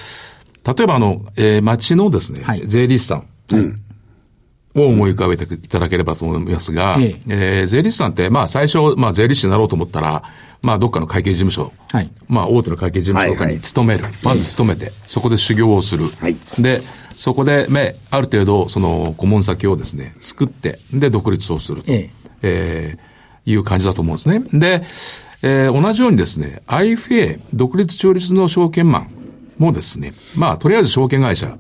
[SPEAKER 4] 例えばあの、えー町のですね、
[SPEAKER 1] はい
[SPEAKER 4] 税理士さん、を思い浮かべていただければと思いますが、
[SPEAKER 1] え
[SPEAKER 4] えー税理士さんって、まあ最初、まあ税理士になろうと思ったら、まあどっかの会計事務所、
[SPEAKER 1] はい
[SPEAKER 4] まあ大手の会計事務所とか
[SPEAKER 3] はいは
[SPEAKER 4] に
[SPEAKER 3] い
[SPEAKER 4] 勤める。まず勤めて、そこで修行をする。
[SPEAKER 3] はい
[SPEAKER 4] で、そこで、ね、ある程度、その顧問先をですね、作って、で独立をすると。
[SPEAKER 1] え
[SPEAKER 4] えーいう感じだと思うんですね。で、えー同じようにですね、IFA、独立中立の証券マンもですね、まあ、とりあえず証券会社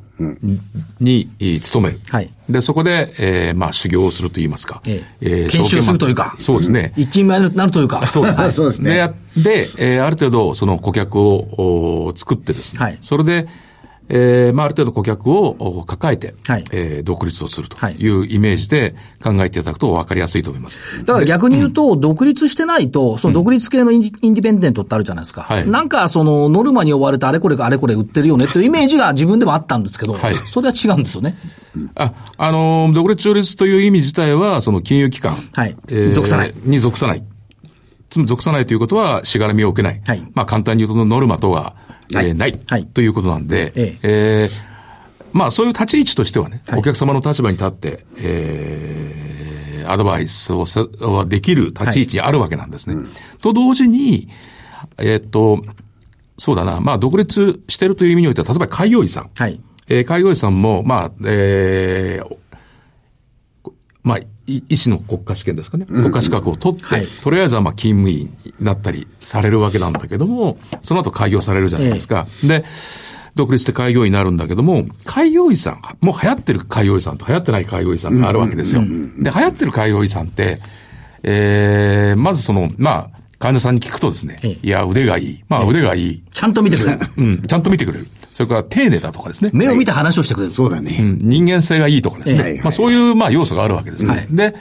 [SPEAKER 4] に、えー勤める。
[SPEAKER 1] はい
[SPEAKER 4] で、そこで、えーまあ、修行をするといいますか。
[SPEAKER 1] ええ
[SPEAKER 4] ー
[SPEAKER 1] 研修
[SPEAKER 4] 証券マン
[SPEAKER 1] するというか
[SPEAKER 4] そうですね。
[SPEAKER 1] 一人前になるというか。
[SPEAKER 4] そうですね。
[SPEAKER 3] あそうですね
[SPEAKER 4] やで、えーある程度、その顧客をお作ってですね、
[SPEAKER 1] はい
[SPEAKER 4] それで、えーまあ、ある程度顧客をお抱えて、
[SPEAKER 1] はい
[SPEAKER 4] えー独立をするというイメージで考えていただくと分かりやすいと思います。
[SPEAKER 1] だから逆に言うと、独立してないと、その独立系のインディインディペンデントってあるじゃないですか。
[SPEAKER 4] はい
[SPEAKER 1] なんか、その、ノルマに追われてあれこれあれこれ売ってるよねっていうイメージが自分でもあったんですけど、
[SPEAKER 4] はい
[SPEAKER 1] それは違うんですよね。
[SPEAKER 4] あ、あのー独立中立という意味自体は、その金融機関、
[SPEAKER 1] はい属さない
[SPEAKER 4] に属さない。つまり属さないということは、しがらみを受けない。
[SPEAKER 1] はい
[SPEAKER 4] まあ簡単に言うと、ノルマとは、えー
[SPEAKER 1] はい
[SPEAKER 4] ない、
[SPEAKER 1] はい
[SPEAKER 4] ということなんで、
[SPEAKER 1] え
[SPEAKER 4] えーまあそういう立ち位置としてはね、
[SPEAKER 1] はい
[SPEAKER 4] お客様の立場に立って、えーアドバイスをせはできる立ち位置にあるわけなんですね。と同時に、えーっと、そうだな、まあ独立してるという意味においては、例えば開業医さん。
[SPEAKER 1] はい。
[SPEAKER 4] えー、介護士さんも、まあ、えーまあ、い医師の国家試験ですかね。国家資格を取って、
[SPEAKER 1] はい
[SPEAKER 4] とりあえずはまあ勤務医になったりされるわけなんだけども、その後開業されるじゃないですか。で、独立して開業医になるんだけども、開業医さん、もう流行ってる開業医さんと流行ってない開業医さんがあるわけですよ。で、流行ってる開業医さんって、えー、まずその、まあ、患者さんに聞くとですね、
[SPEAKER 1] ええ
[SPEAKER 4] いや、腕がいい。まあ、腕がいい。
[SPEAKER 1] ちゃんと見てくれ る。
[SPEAKER 4] うん、ちゃんと見てくれる。それから丁寧だとかですね。
[SPEAKER 1] 目を見て話をしてくれる。
[SPEAKER 3] そうだね。
[SPEAKER 4] うん人間性がいいとかですね。
[SPEAKER 3] ええ
[SPEAKER 4] まあそういう、まあ要素があるわけですね。
[SPEAKER 1] はい
[SPEAKER 4] で、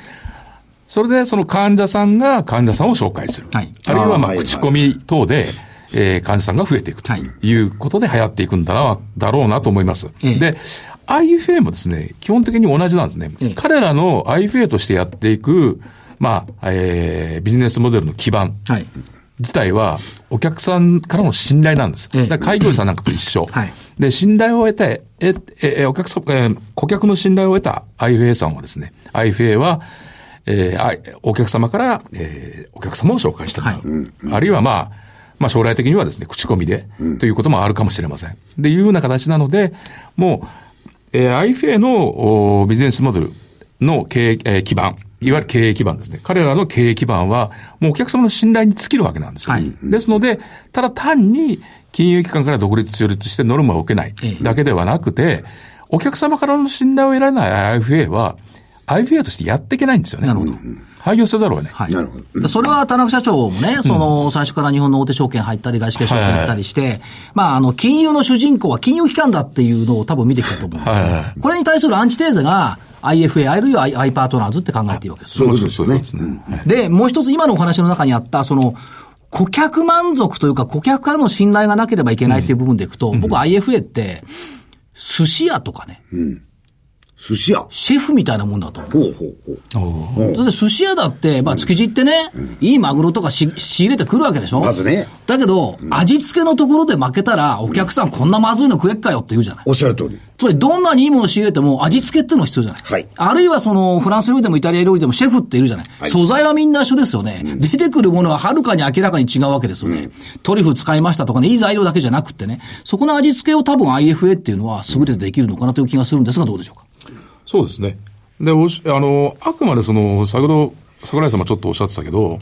[SPEAKER 4] それでその患者さんが患者さんを紹介する。
[SPEAKER 1] はい
[SPEAKER 4] あるいはま
[SPEAKER 3] あーは
[SPEAKER 4] あ
[SPEAKER 3] いはい
[SPEAKER 4] 口コミ等で、えー患者さんが増えていくと
[SPEAKER 1] はい
[SPEAKER 4] いうことで流行っていくんだな、だろうなと思います。
[SPEAKER 1] ええ
[SPEAKER 4] で、IFA もですね、基本的に同じなんですね。
[SPEAKER 1] ええ
[SPEAKER 4] 彼らの IFA としてやっていく、まあ、えービジネスモデルの基盤
[SPEAKER 1] はい。
[SPEAKER 4] 自体は、お客さんからの信頼なんです。
[SPEAKER 1] ええ
[SPEAKER 4] だから開業医さんなんかと一緒。
[SPEAKER 1] はい
[SPEAKER 4] で、信頼を得て、え、え、えお客さん、えー顧客の信頼を得た IFA さんはですね、IFA は、えーあいお客様から、えーお客様を紹介してもらう。
[SPEAKER 1] はい
[SPEAKER 4] あるいはまあ、まあ将来的にはですね、口コミで、ということもあるかもしれません。で、いうような形なので、もう、えー IFA のおビジネスモデルの経営、えー基盤、いわゆる経営基盤ですね。彼らの経営基盤は、もうお客様の信頼に尽きるわけなんですよ。
[SPEAKER 1] はい
[SPEAKER 4] ですので、ただ単に金融機関から独立中立してノルマを受けない
[SPEAKER 1] ええ
[SPEAKER 4] だけではなくて、お客様からの信頼を得られない IFA は、IFA としてやっていけないんですよね。
[SPEAKER 1] なるほど。
[SPEAKER 4] 廃業せざるを得ない。
[SPEAKER 1] はい。
[SPEAKER 3] なるほ
[SPEAKER 1] ど。それは田中社長もね、その、最初から日本の大手証券入ったり、外資系証券入ったりして、まあ、あの、金融の主人公は金融機関だっていうのを多分見てきたと思うんです
[SPEAKER 4] はいはいは
[SPEAKER 1] ね。これに対するアンチテーゼが、IFA、あるいは I パートナーズって考えているわけですよ
[SPEAKER 3] そういうことです
[SPEAKER 4] そ
[SPEAKER 3] よ
[SPEAKER 4] ういうこと
[SPEAKER 3] ね
[SPEAKER 4] で。すね。
[SPEAKER 1] で、もう一つ今のお話の中にあった、その、顧客満足というか、顧客からの信頼がなければいけないっていう部分でいくと、僕は IFA って、寿司屋とかね、
[SPEAKER 3] 寿司屋。
[SPEAKER 1] シェフみたいなもんだと思う。
[SPEAKER 3] ほうほうほう。
[SPEAKER 1] だって寿司屋だって、まあ築地ってね、いいマグロとかし仕入れてくるわけでしょ
[SPEAKER 3] まずね。
[SPEAKER 1] だけど、味付けのところで負けたら、お客さんこんなまずいの食えっかよって言うじゃない。
[SPEAKER 3] おっしゃる通り。
[SPEAKER 1] つまり、どんなにいいものを仕入れても、味付けっていうのが必要じゃない。
[SPEAKER 3] はい
[SPEAKER 1] あるいは、その、フランス料理でもイタリア料理でもシェフっているじゃない。
[SPEAKER 3] はい
[SPEAKER 1] 素材はみんな一緒ですよね。出てくるものははるかに明らかに違うわけですよね。トリュフ使いましたとかね、いい材料だけじゃなくってね。そこの味付けを多分 IFA っていうのは優れてできるのかなという気がするんですが、どうでしょうか。
[SPEAKER 4] そうですね。で、おし、あの、あくまでその、先ほど、桜井さんもちょっとおっしゃってたけど、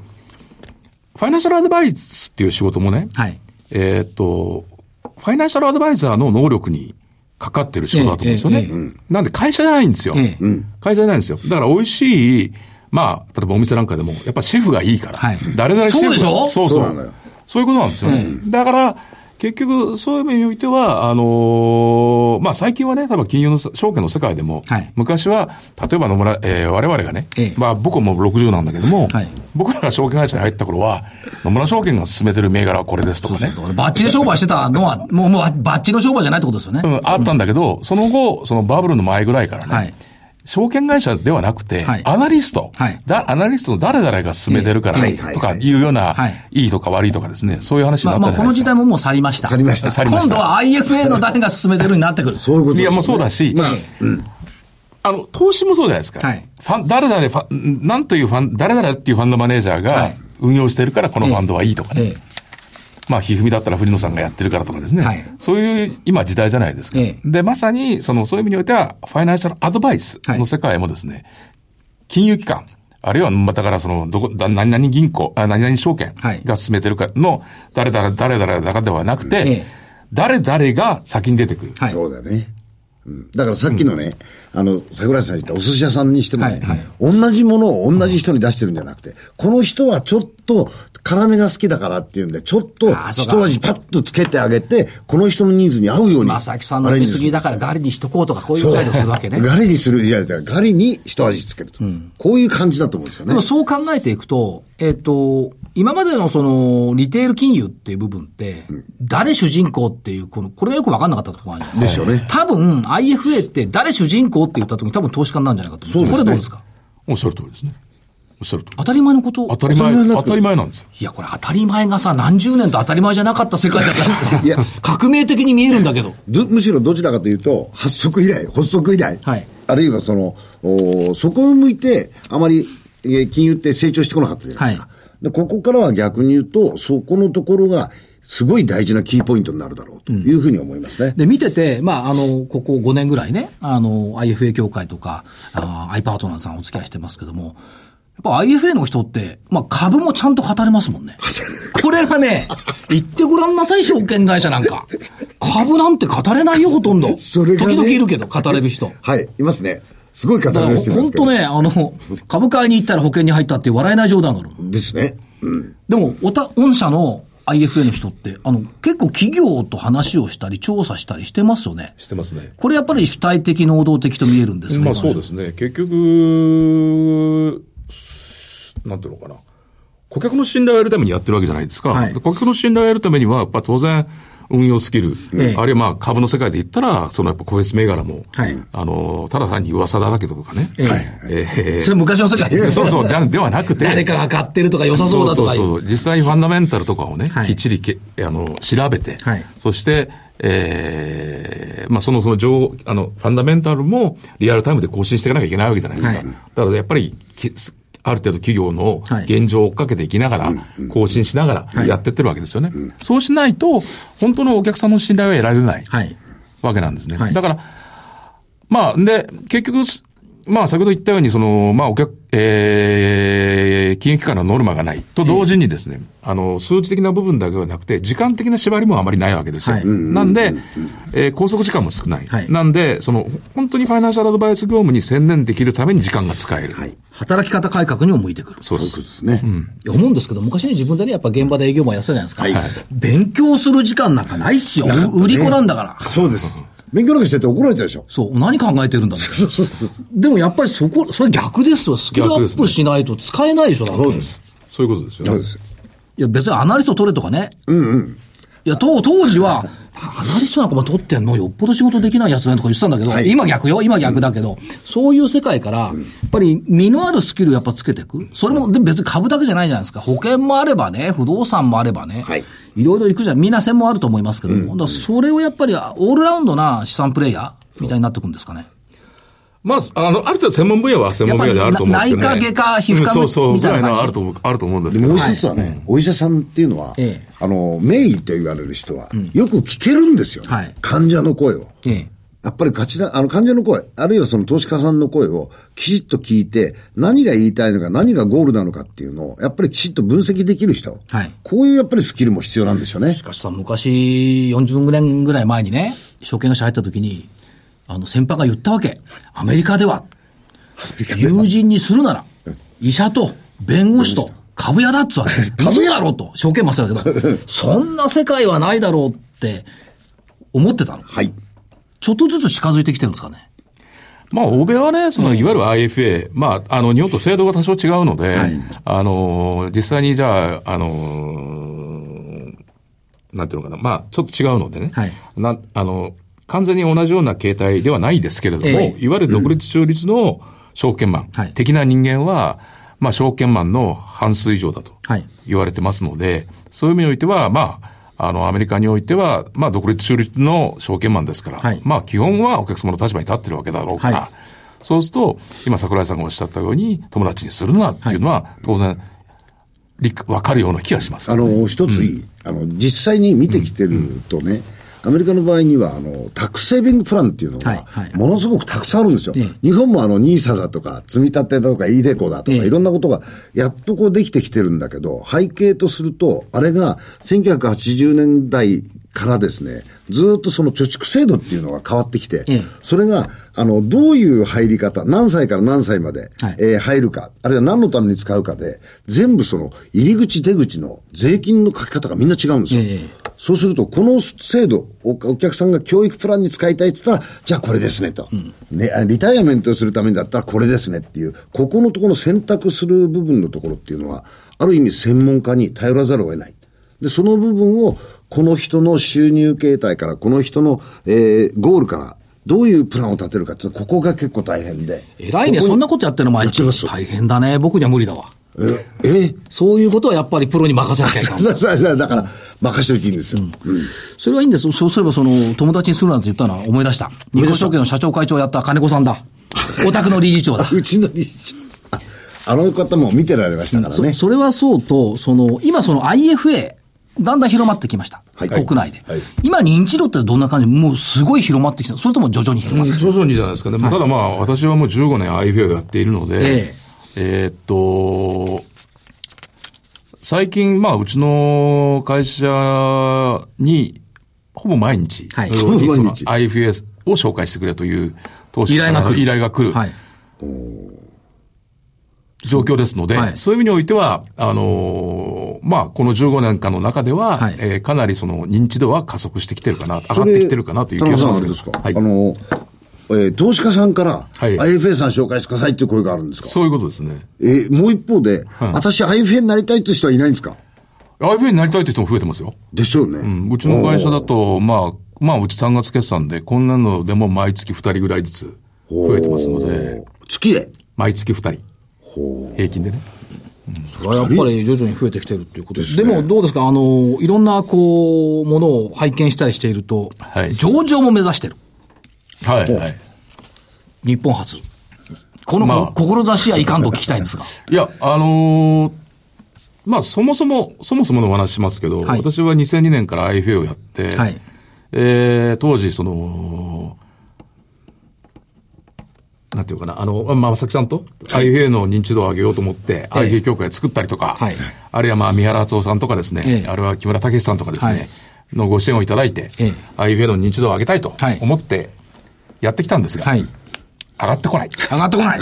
[SPEAKER 4] ファイナンシャルアドバイスっていう仕事もね、
[SPEAKER 1] はい。
[SPEAKER 4] えーっと、ファイナンシャルアドバイザーの能力にかかってる仕事だと思うんですよね。
[SPEAKER 1] ええええ
[SPEAKER 4] なんで会社じゃないんですよ、
[SPEAKER 1] ええ
[SPEAKER 4] 会社じゃないんですよ。だから美味しい、まあ、例えばお店なんかでも、やっぱシェフがいいから。
[SPEAKER 1] はい
[SPEAKER 4] 誰々シェフ
[SPEAKER 1] そうで
[SPEAKER 4] が
[SPEAKER 1] しょ
[SPEAKER 4] そう
[SPEAKER 3] そう
[SPEAKER 4] そ
[SPEAKER 3] なの
[SPEAKER 4] う
[SPEAKER 3] よ。
[SPEAKER 4] そういうことなんですよね。
[SPEAKER 1] え
[SPEAKER 4] だから、結局、そういう意味においては、あのーまあ、最近はね、多分金融の、証券の世界でも、
[SPEAKER 1] はい
[SPEAKER 4] 昔は、例えば野村、えー我々がね、
[SPEAKER 1] ええ
[SPEAKER 4] まあ、僕も60なんだけども、
[SPEAKER 1] はい
[SPEAKER 4] 僕らが証券会社に入った頃は、野村証券が進めてる銘柄はこれですとかね。
[SPEAKER 1] バッチリ商売してたのは、もう、もう、バッチリ商売じゃないってことですよね。
[SPEAKER 4] うん、あったんだけど、その後、そのバブルの前ぐらいからね、
[SPEAKER 1] はい
[SPEAKER 4] 証券会社ではなくて、
[SPEAKER 1] はい
[SPEAKER 4] アナリスト、
[SPEAKER 1] はい
[SPEAKER 4] だ、アナリストの誰々が進めてるから
[SPEAKER 3] ええ、
[SPEAKER 4] とかいうような、
[SPEAKER 1] はいい、
[SPEAKER 4] いとか悪いとかですね、そういう話に
[SPEAKER 1] ま
[SPEAKER 4] な
[SPEAKER 1] あ
[SPEAKER 4] っ
[SPEAKER 1] まあ、
[SPEAKER 4] たじ
[SPEAKER 1] こ
[SPEAKER 4] ゃな
[SPEAKER 1] の時代も
[SPEAKER 4] いですか。
[SPEAKER 1] もう去りました。
[SPEAKER 3] 去りました
[SPEAKER 4] 去りま
[SPEAKER 1] 今
[SPEAKER 4] した
[SPEAKER 1] 度は IFA の誰が進めてるになってくる。
[SPEAKER 3] そういうことですよね
[SPEAKER 4] いやもうそうだし
[SPEAKER 3] まあ、うん。
[SPEAKER 4] あの、投資もそうじゃないですか。
[SPEAKER 1] はい
[SPEAKER 4] ファン、誰々ファン、なんというファン、誰々っていうファンドマネージャー
[SPEAKER 1] は
[SPEAKER 4] が
[SPEAKER 1] い
[SPEAKER 4] 運用してるから、このファンドはいいとかね。
[SPEAKER 1] ええ
[SPEAKER 4] まあ、ひふみだったら古野さんがやってるからとかですね。
[SPEAKER 1] はい
[SPEAKER 4] そういう、今時代じゃないですか。
[SPEAKER 1] ええ
[SPEAKER 4] で、まさに、その、そういう意味においては、ファイナンシャルアドバイスの世界もですね、金融機関、あるいは、まあ、だから、その、どこ、だ何々銀行、あ何々証券
[SPEAKER 1] はい
[SPEAKER 4] が進めてるかの、誰々、誰々だかではなくて、
[SPEAKER 1] ええ
[SPEAKER 4] 誰々が先に出てくる。
[SPEAKER 1] はい。
[SPEAKER 3] そうだね。うんだからさっきのね、あの、桜井さんが言ったお寿司屋さんにしてもね、同じものを同じ人に出してるんじゃなくて、この人はちょっと辛めが好きだからっていうんで、ちょっと
[SPEAKER 1] あーそうか
[SPEAKER 3] 一味パッとつけてあげて、この人のニーズに合うように。
[SPEAKER 1] 正木さんの見過ぎだからガリにしとこうとか、こういう
[SPEAKER 3] そう
[SPEAKER 1] ガイドするわけね。
[SPEAKER 3] ガリにする、いやいや、ガリに一味つけると。こういう感じだと思うんですよ
[SPEAKER 1] で
[SPEAKER 3] ね
[SPEAKER 1] も。そう考えていくと、えっ、と、今までのその、リテール金融っていう部分って、誰主人公っていう、この、これがよくわかんなかったところがあるんですよ。
[SPEAKER 3] ですよね
[SPEAKER 1] 多分、IFA って誰主人公って言った時に多分投資家になるんじゃないかと思う。これどうですか
[SPEAKER 4] おっしゃる通りですね。おっしゃる通り。
[SPEAKER 1] 当たり前のこと
[SPEAKER 4] 当たり前、当たり前なんですよ。
[SPEAKER 1] いや、これ当たり前がさ、何十年と当たり前じゃなかった世界だったんですよ。
[SPEAKER 3] いや
[SPEAKER 1] 革命的に見えるんだけど。
[SPEAKER 3] どむしろどちらかというと、発足以来、発足以来、
[SPEAKER 1] はい
[SPEAKER 3] あるいはその、おそこを向いて、あまり、えー金融って成長してこなかったじゃないですか。
[SPEAKER 1] は
[SPEAKER 3] でここからは逆に言うと、そこのところが、すごい大事なキーポイントになるだろうというふうに思いますね。
[SPEAKER 1] で、見てて、まあ、あの、ここ5年ぐらいね、あの、IFA 協会とか、あー i パートナーさんお付き合いしてますけども、やっぱ IFA の人って、まあ、株もちゃんと語れますもんね。これがね、言ってごらんなさい、証券会社なんか。株なんて語れないよ、ほとんど。
[SPEAKER 3] それがね
[SPEAKER 1] 時々いるけど、語れる人。
[SPEAKER 3] はい、いますね。すごい語り出してます
[SPEAKER 1] 本
[SPEAKER 3] けど。
[SPEAKER 1] 当ね、あの、株買いに行ったら保険に入ったって笑えない冗談がある。
[SPEAKER 3] ですね。
[SPEAKER 1] でも、おた、御社の IFA の人って、あの、結構企業と話をしたり、調査したりしてますよね。
[SPEAKER 4] してますね。
[SPEAKER 1] これやっぱり主体的、能動的と見えるんですね。
[SPEAKER 4] まあそうですね。結局、なんていうのかな。顧客の信頼を得るためにやってるわけじゃないですか。
[SPEAKER 1] はい
[SPEAKER 4] で顧客の信頼を得るためには、やっぱ当然、運用スキル、
[SPEAKER 1] ええ
[SPEAKER 4] あるいはまあ株の世界で言ったら、そのやっぱ個別銘柄も、
[SPEAKER 1] はい
[SPEAKER 4] あの、ただ単に噂だらけとかね。
[SPEAKER 1] ええ
[SPEAKER 4] ええ
[SPEAKER 1] それ昔の世界
[SPEAKER 4] で そうそう、じゃではなくて。
[SPEAKER 1] 誰かが買ってるとか良さそうだとかいう。
[SPEAKER 4] そうそうそう実際にファンダメンタルとかをね、
[SPEAKER 1] はい
[SPEAKER 4] きっちりけあの調べて、
[SPEAKER 1] はい
[SPEAKER 4] そして、ええまあ、その、その情報、あの、ファンダメンタルもリアルタイムで更新していかなきゃいけないわけじゃないですか。
[SPEAKER 1] はい
[SPEAKER 4] だからやっぱり、きある程度企業の
[SPEAKER 1] はい
[SPEAKER 4] 現状を追っかけていきながら、更新しながらやってってるわけですよね。そうしないと、本当のお客さんの信頼は得られない。
[SPEAKER 1] はい。
[SPEAKER 4] わけなんですね。
[SPEAKER 1] はい
[SPEAKER 4] だから、まあ、で、結局、まあ、先ほど言ったように、その、まあ、お客、えー、金融機関のノルマがないと同時にですね、あの、数値的な部分だけではなくて、時間的な縛りもあまりないわけですよ。
[SPEAKER 1] はい
[SPEAKER 4] なんで、えー拘束時間も少ない。
[SPEAKER 1] はい
[SPEAKER 4] なんで、その、本当にファイナンシャルアドバイス業務に専念できるために時間が使える。
[SPEAKER 3] はい。
[SPEAKER 1] 働き方改革にも向いてくる。
[SPEAKER 4] そうで
[SPEAKER 3] そう
[SPEAKER 4] す。
[SPEAKER 3] ですね。
[SPEAKER 1] いや思うんですけど、昔ね、自分でね、やっぱ現場で営業マンやってたじゃないですか。
[SPEAKER 3] はい
[SPEAKER 1] 勉強する時間なんかないっすよ。売り子なんだから。
[SPEAKER 3] そうです。勉強なんかしてて怒られたでしょ。
[SPEAKER 1] そう、何考えてるんだろう。でもやっぱりそこ、それ逆ですよ。スキルア
[SPEAKER 4] 逆です
[SPEAKER 1] ップ
[SPEAKER 4] ね
[SPEAKER 1] しないと使えないでしょ、だって
[SPEAKER 3] そうです。
[SPEAKER 4] そういうことですよね。
[SPEAKER 3] そうです。
[SPEAKER 1] いや、別にアナリスト取れとかね。うんうん。いや、当当時は、アナリストなんかも取ってんのよっぽど仕事できないやつだねとか言ってたんだけど、
[SPEAKER 3] はい
[SPEAKER 1] 今逆よ、今逆だけど、そういう世界から、やっぱり身のあるスキルをやっぱつけていく。それも、で別に株だけじゃないじゃないですか。保険もあればね、不動産もあればね。
[SPEAKER 3] はい。
[SPEAKER 1] ろいろ行くじゃん。みんな専門あると思いますけども。だからそれをやっぱり、オールラウンドな資産プレイヤーみたいになってくるんですかね。
[SPEAKER 4] まず、あの、ある程度専門分野は専門分野であると思うんですけど、ね。
[SPEAKER 1] やっぱり内科外科皮膚科
[SPEAKER 4] うんそうそう、
[SPEAKER 1] み
[SPEAKER 4] み
[SPEAKER 1] た
[SPEAKER 4] た
[SPEAKER 1] い
[SPEAKER 4] い
[SPEAKER 1] な感じ
[SPEAKER 4] な、あると思う、あると思うんです
[SPEAKER 3] で
[SPEAKER 4] け
[SPEAKER 3] も
[SPEAKER 4] ど
[SPEAKER 3] う。一つはね、お医者さんっていうのは、
[SPEAKER 1] ええ
[SPEAKER 3] あの、名医と言われる人は、よく聞けるんですよね、
[SPEAKER 1] はい
[SPEAKER 3] 患者の声を。
[SPEAKER 1] ええ。
[SPEAKER 3] やっぱり勝ちな、あの、患者の声、あるいはその投資家さんの声をきちっと聞いて、何が言いたいのか、何がゴールなのかっていうのを、やっぱりきちっと分析できる人。
[SPEAKER 1] はい
[SPEAKER 3] こういうやっぱりスキルも必要なんでしょうね
[SPEAKER 1] し。かしさ、昔、40年ぐらい前にね、証券会社入った時に、あの、先輩が言ったわけ。アメリカでは、友人にするなら、医者と弁護士と株屋だっつうわけ。 株屋だろうと、証券マスだけど、そんな世界はないだろうって思ってたの。
[SPEAKER 3] はい。
[SPEAKER 1] ちょっとずつ近づいてきてるんですかね。
[SPEAKER 4] まあ、欧米はね、その、いわゆる IFA、まあ、あの、日本と制度が多少違うので、あの、実際にじゃあ、あの、なんていうのかな、まあ、ちょっと違うのでね、
[SPEAKER 1] はい
[SPEAKER 4] なあの、完全に同じような形態ではないですけれども、
[SPEAKER 1] ええ
[SPEAKER 4] いわゆる独立中立の証券マン、
[SPEAKER 1] はい
[SPEAKER 4] 的な人間は、まあ、証券マンの半数以上だと
[SPEAKER 1] はい
[SPEAKER 4] 言われてますので、そういう意味においては、まあ、あの、アメリカにおいては、まあ、独立中立の証券マンですから、
[SPEAKER 1] はい
[SPEAKER 4] まあ、基本はお客様の立場に立ってるわけだろうから、
[SPEAKER 1] はい
[SPEAKER 4] そうすると、今、桜井さんがおっしゃったように、友達にするなっていうのは、当然、理解わかるような気がします。
[SPEAKER 3] あの、一ついい、あの、実際に見てきてるとね、アメリカの場合には、あの、タックスセービングプランっていうの
[SPEAKER 1] はい
[SPEAKER 3] が
[SPEAKER 1] はい、
[SPEAKER 3] ものすごくたくさんあるんですよ。
[SPEAKER 1] ええ
[SPEAKER 3] 日本もあの、ニーサだとか、積み立てだとか、イデコだとか、
[SPEAKER 1] ええ
[SPEAKER 3] いろんなことが、やっとこうできてきてるんだけど、背景とすると、あれが、1980年代からですね、ずっとその貯蓄制度っていうのが変わってきて、
[SPEAKER 1] ええ
[SPEAKER 3] それが、あの、どういう入り方、何歳から何歳まで、
[SPEAKER 1] はい
[SPEAKER 3] えー入るか、あるいは何のために使うかで、全部その、入り口出口の税金の書き方がみんな違うんですよ。
[SPEAKER 1] ええ
[SPEAKER 3] そうすると、この制度、おお客さんが教育プランに使いたいって言ったら、じゃあこれですねと、ね。あリタイアメントをするためにだったらこれですねっていう、ここのところの選択する部分のところっていうのは、ある意味専門家に頼らざるを得ない。で、その部分を、この人の収入形態から、この人の、えーゴールから、どういうプランを立てるかっていうのここが結構大変で。
[SPEAKER 1] 偉いね、
[SPEAKER 3] ここに
[SPEAKER 1] そんなことやってるの毎日
[SPEAKER 3] やってます。
[SPEAKER 1] 大変だね。僕には無理だわ。
[SPEAKER 3] え、え
[SPEAKER 1] そういうことはやっぱりプロに任せなきゃいけない。
[SPEAKER 3] そうそうそうだから、任しておいていいんですよ。うん
[SPEAKER 1] それはいいんです。そうすれば、その、友達にするなんて言ったのは思い出した。日興証券の社長会長やった金子さん だ。お宅の理事長だ。
[SPEAKER 3] うちの理事長。ああの方も見てられましたからね
[SPEAKER 1] そ。それはそうと、その、今その IFA、だんだん広まってきました。
[SPEAKER 3] はい
[SPEAKER 1] 国内で、
[SPEAKER 3] はい
[SPEAKER 1] 今認知度ってどんな感じもうすごい広まってきた。それとも徐々に広まってき
[SPEAKER 4] 徐々にじゃないですかね。ただまあ、私はもう15年 IFA をやっているの
[SPEAKER 1] え
[SPEAKER 4] で、えーっと、最近、まあ、うちの会社に、ほぼ毎日、
[SPEAKER 1] はい
[SPEAKER 4] その
[SPEAKER 3] ほぼ毎日
[SPEAKER 4] IFA を紹介してくれという投資
[SPEAKER 1] 依頼が来る
[SPEAKER 4] 依頼が来
[SPEAKER 1] た。
[SPEAKER 4] る
[SPEAKER 1] はい。
[SPEAKER 4] 状況ですので、
[SPEAKER 1] はい
[SPEAKER 4] そういう意味においては、あのーまあ、この15年間の中では、
[SPEAKER 1] はい
[SPEAKER 4] えーかなりその認知度は加速してきてるかな、上が
[SPEAKER 3] そ
[SPEAKER 4] っ
[SPEAKER 3] れ
[SPEAKER 4] てきてるかなという気がしますけ
[SPEAKER 3] 田
[SPEAKER 4] ど
[SPEAKER 3] 中さんあれですか、
[SPEAKER 4] はい
[SPEAKER 3] あの、えー投資家さんから、
[SPEAKER 4] はい
[SPEAKER 3] IFA さん紹介してくださいっていう声があるんですか
[SPEAKER 4] そういうことですね。
[SPEAKER 3] えーもう一方で、私 IFA になりたいっていう人はいないんですか
[SPEAKER 4] IFA になりたいという人も増えてますよ。
[SPEAKER 3] でしょうね。
[SPEAKER 4] うんうちの会社だ
[SPEAKER 3] と。
[SPEAKER 4] と、まあ、まあ、うち3月決算で、こんなのでも毎月2人ぐらいずつ増えてますので、
[SPEAKER 3] 月で。
[SPEAKER 4] 毎月2人。平均でね。
[SPEAKER 1] それはやっぱり徐々に増えてきてるっていうことです。でもどうですかあの、いろんなこう、ものを拝見したりしていると、
[SPEAKER 4] はい
[SPEAKER 1] 上場も目指してる。
[SPEAKER 4] はい、はい。
[SPEAKER 1] 日本初。この、
[SPEAKER 4] まあ
[SPEAKER 1] 志 はいかんと聞きたいんですが。
[SPEAKER 4] いや、あのーまあ、そもそも、そもそものお話しますけど、
[SPEAKER 1] はい
[SPEAKER 4] 私は2002年から IFA をやって、
[SPEAKER 1] はい
[SPEAKER 4] えー当時、その、なんていうかな、あの、まあ、まさきさんと IFA の認知度を上げようと思って、
[SPEAKER 1] ええ
[SPEAKER 4] IFA 協会作ったりとか、
[SPEAKER 1] はい
[SPEAKER 4] あるいはまあ、三原敦夫さんとかですね、
[SPEAKER 1] ええ
[SPEAKER 4] あるいは木村武さんとかですね、
[SPEAKER 1] はい
[SPEAKER 4] のご支援をいただいて、
[SPEAKER 1] ええ
[SPEAKER 4] IFA の認知度を上げたいと
[SPEAKER 1] はい
[SPEAKER 4] 思ってやってきたんですが、
[SPEAKER 1] はい。
[SPEAKER 4] 上がってこない。
[SPEAKER 1] 上がってこない。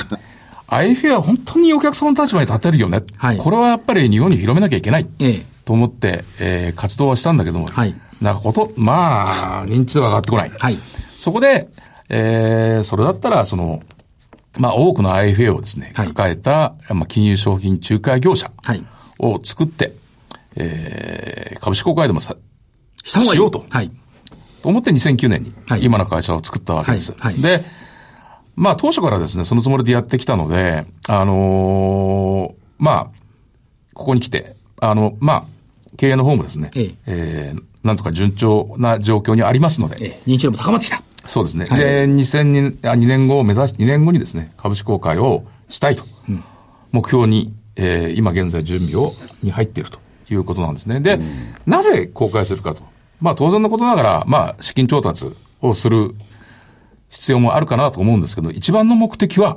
[SPEAKER 4] IFA は本当にお客様の立場に立てるよね、
[SPEAKER 1] はい
[SPEAKER 4] これはやっぱり日本に広めなきゃいけない
[SPEAKER 1] ええ
[SPEAKER 4] と思って、えー活動はしたんだけども、
[SPEAKER 1] はい
[SPEAKER 4] なんかこと、まあ、認知度が上がってこない。
[SPEAKER 1] はい
[SPEAKER 4] そこで、えーそれだったら、その、まあ、多くの IFA をですね、
[SPEAKER 1] はい
[SPEAKER 4] 抱えた、まあ、金融商品仲介業者
[SPEAKER 1] はい
[SPEAKER 4] を作って、えー株式公開でもさ、
[SPEAKER 1] した方がいい。
[SPEAKER 4] しようと
[SPEAKER 1] はい。
[SPEAKER 4] と思って2009年に
[SPEAKER 1] はい
[SPEAKER 4] 今の会社を作ったわけです。
[SPEAKER 1] はいはい
[SPEAKER 4] で、まあ当初からですね、そのつもりでやってきたので、あのーまあ、ここに来て、あの、まあ、経営の方もですね、
[SPEAKER 1] ええ
[SPEAKER 4] えーなんとか順調な状況にありますので、
[SPEAKER 1] ええ認知度も高まってきた。
[SPEAKER 4] そうですね。
[SPEAKER 1] はい
[SPEAKER 4] で、2002あ2年後を目指し、2年後にですね、株式公開をしたいと、目標に、えー今現在準備を、に入っているということなんですね。で、なぜ公開するかと。まあ当然のことながら、まあ資金調達をする必要もあるかなと思うんですけど、一番の目的は、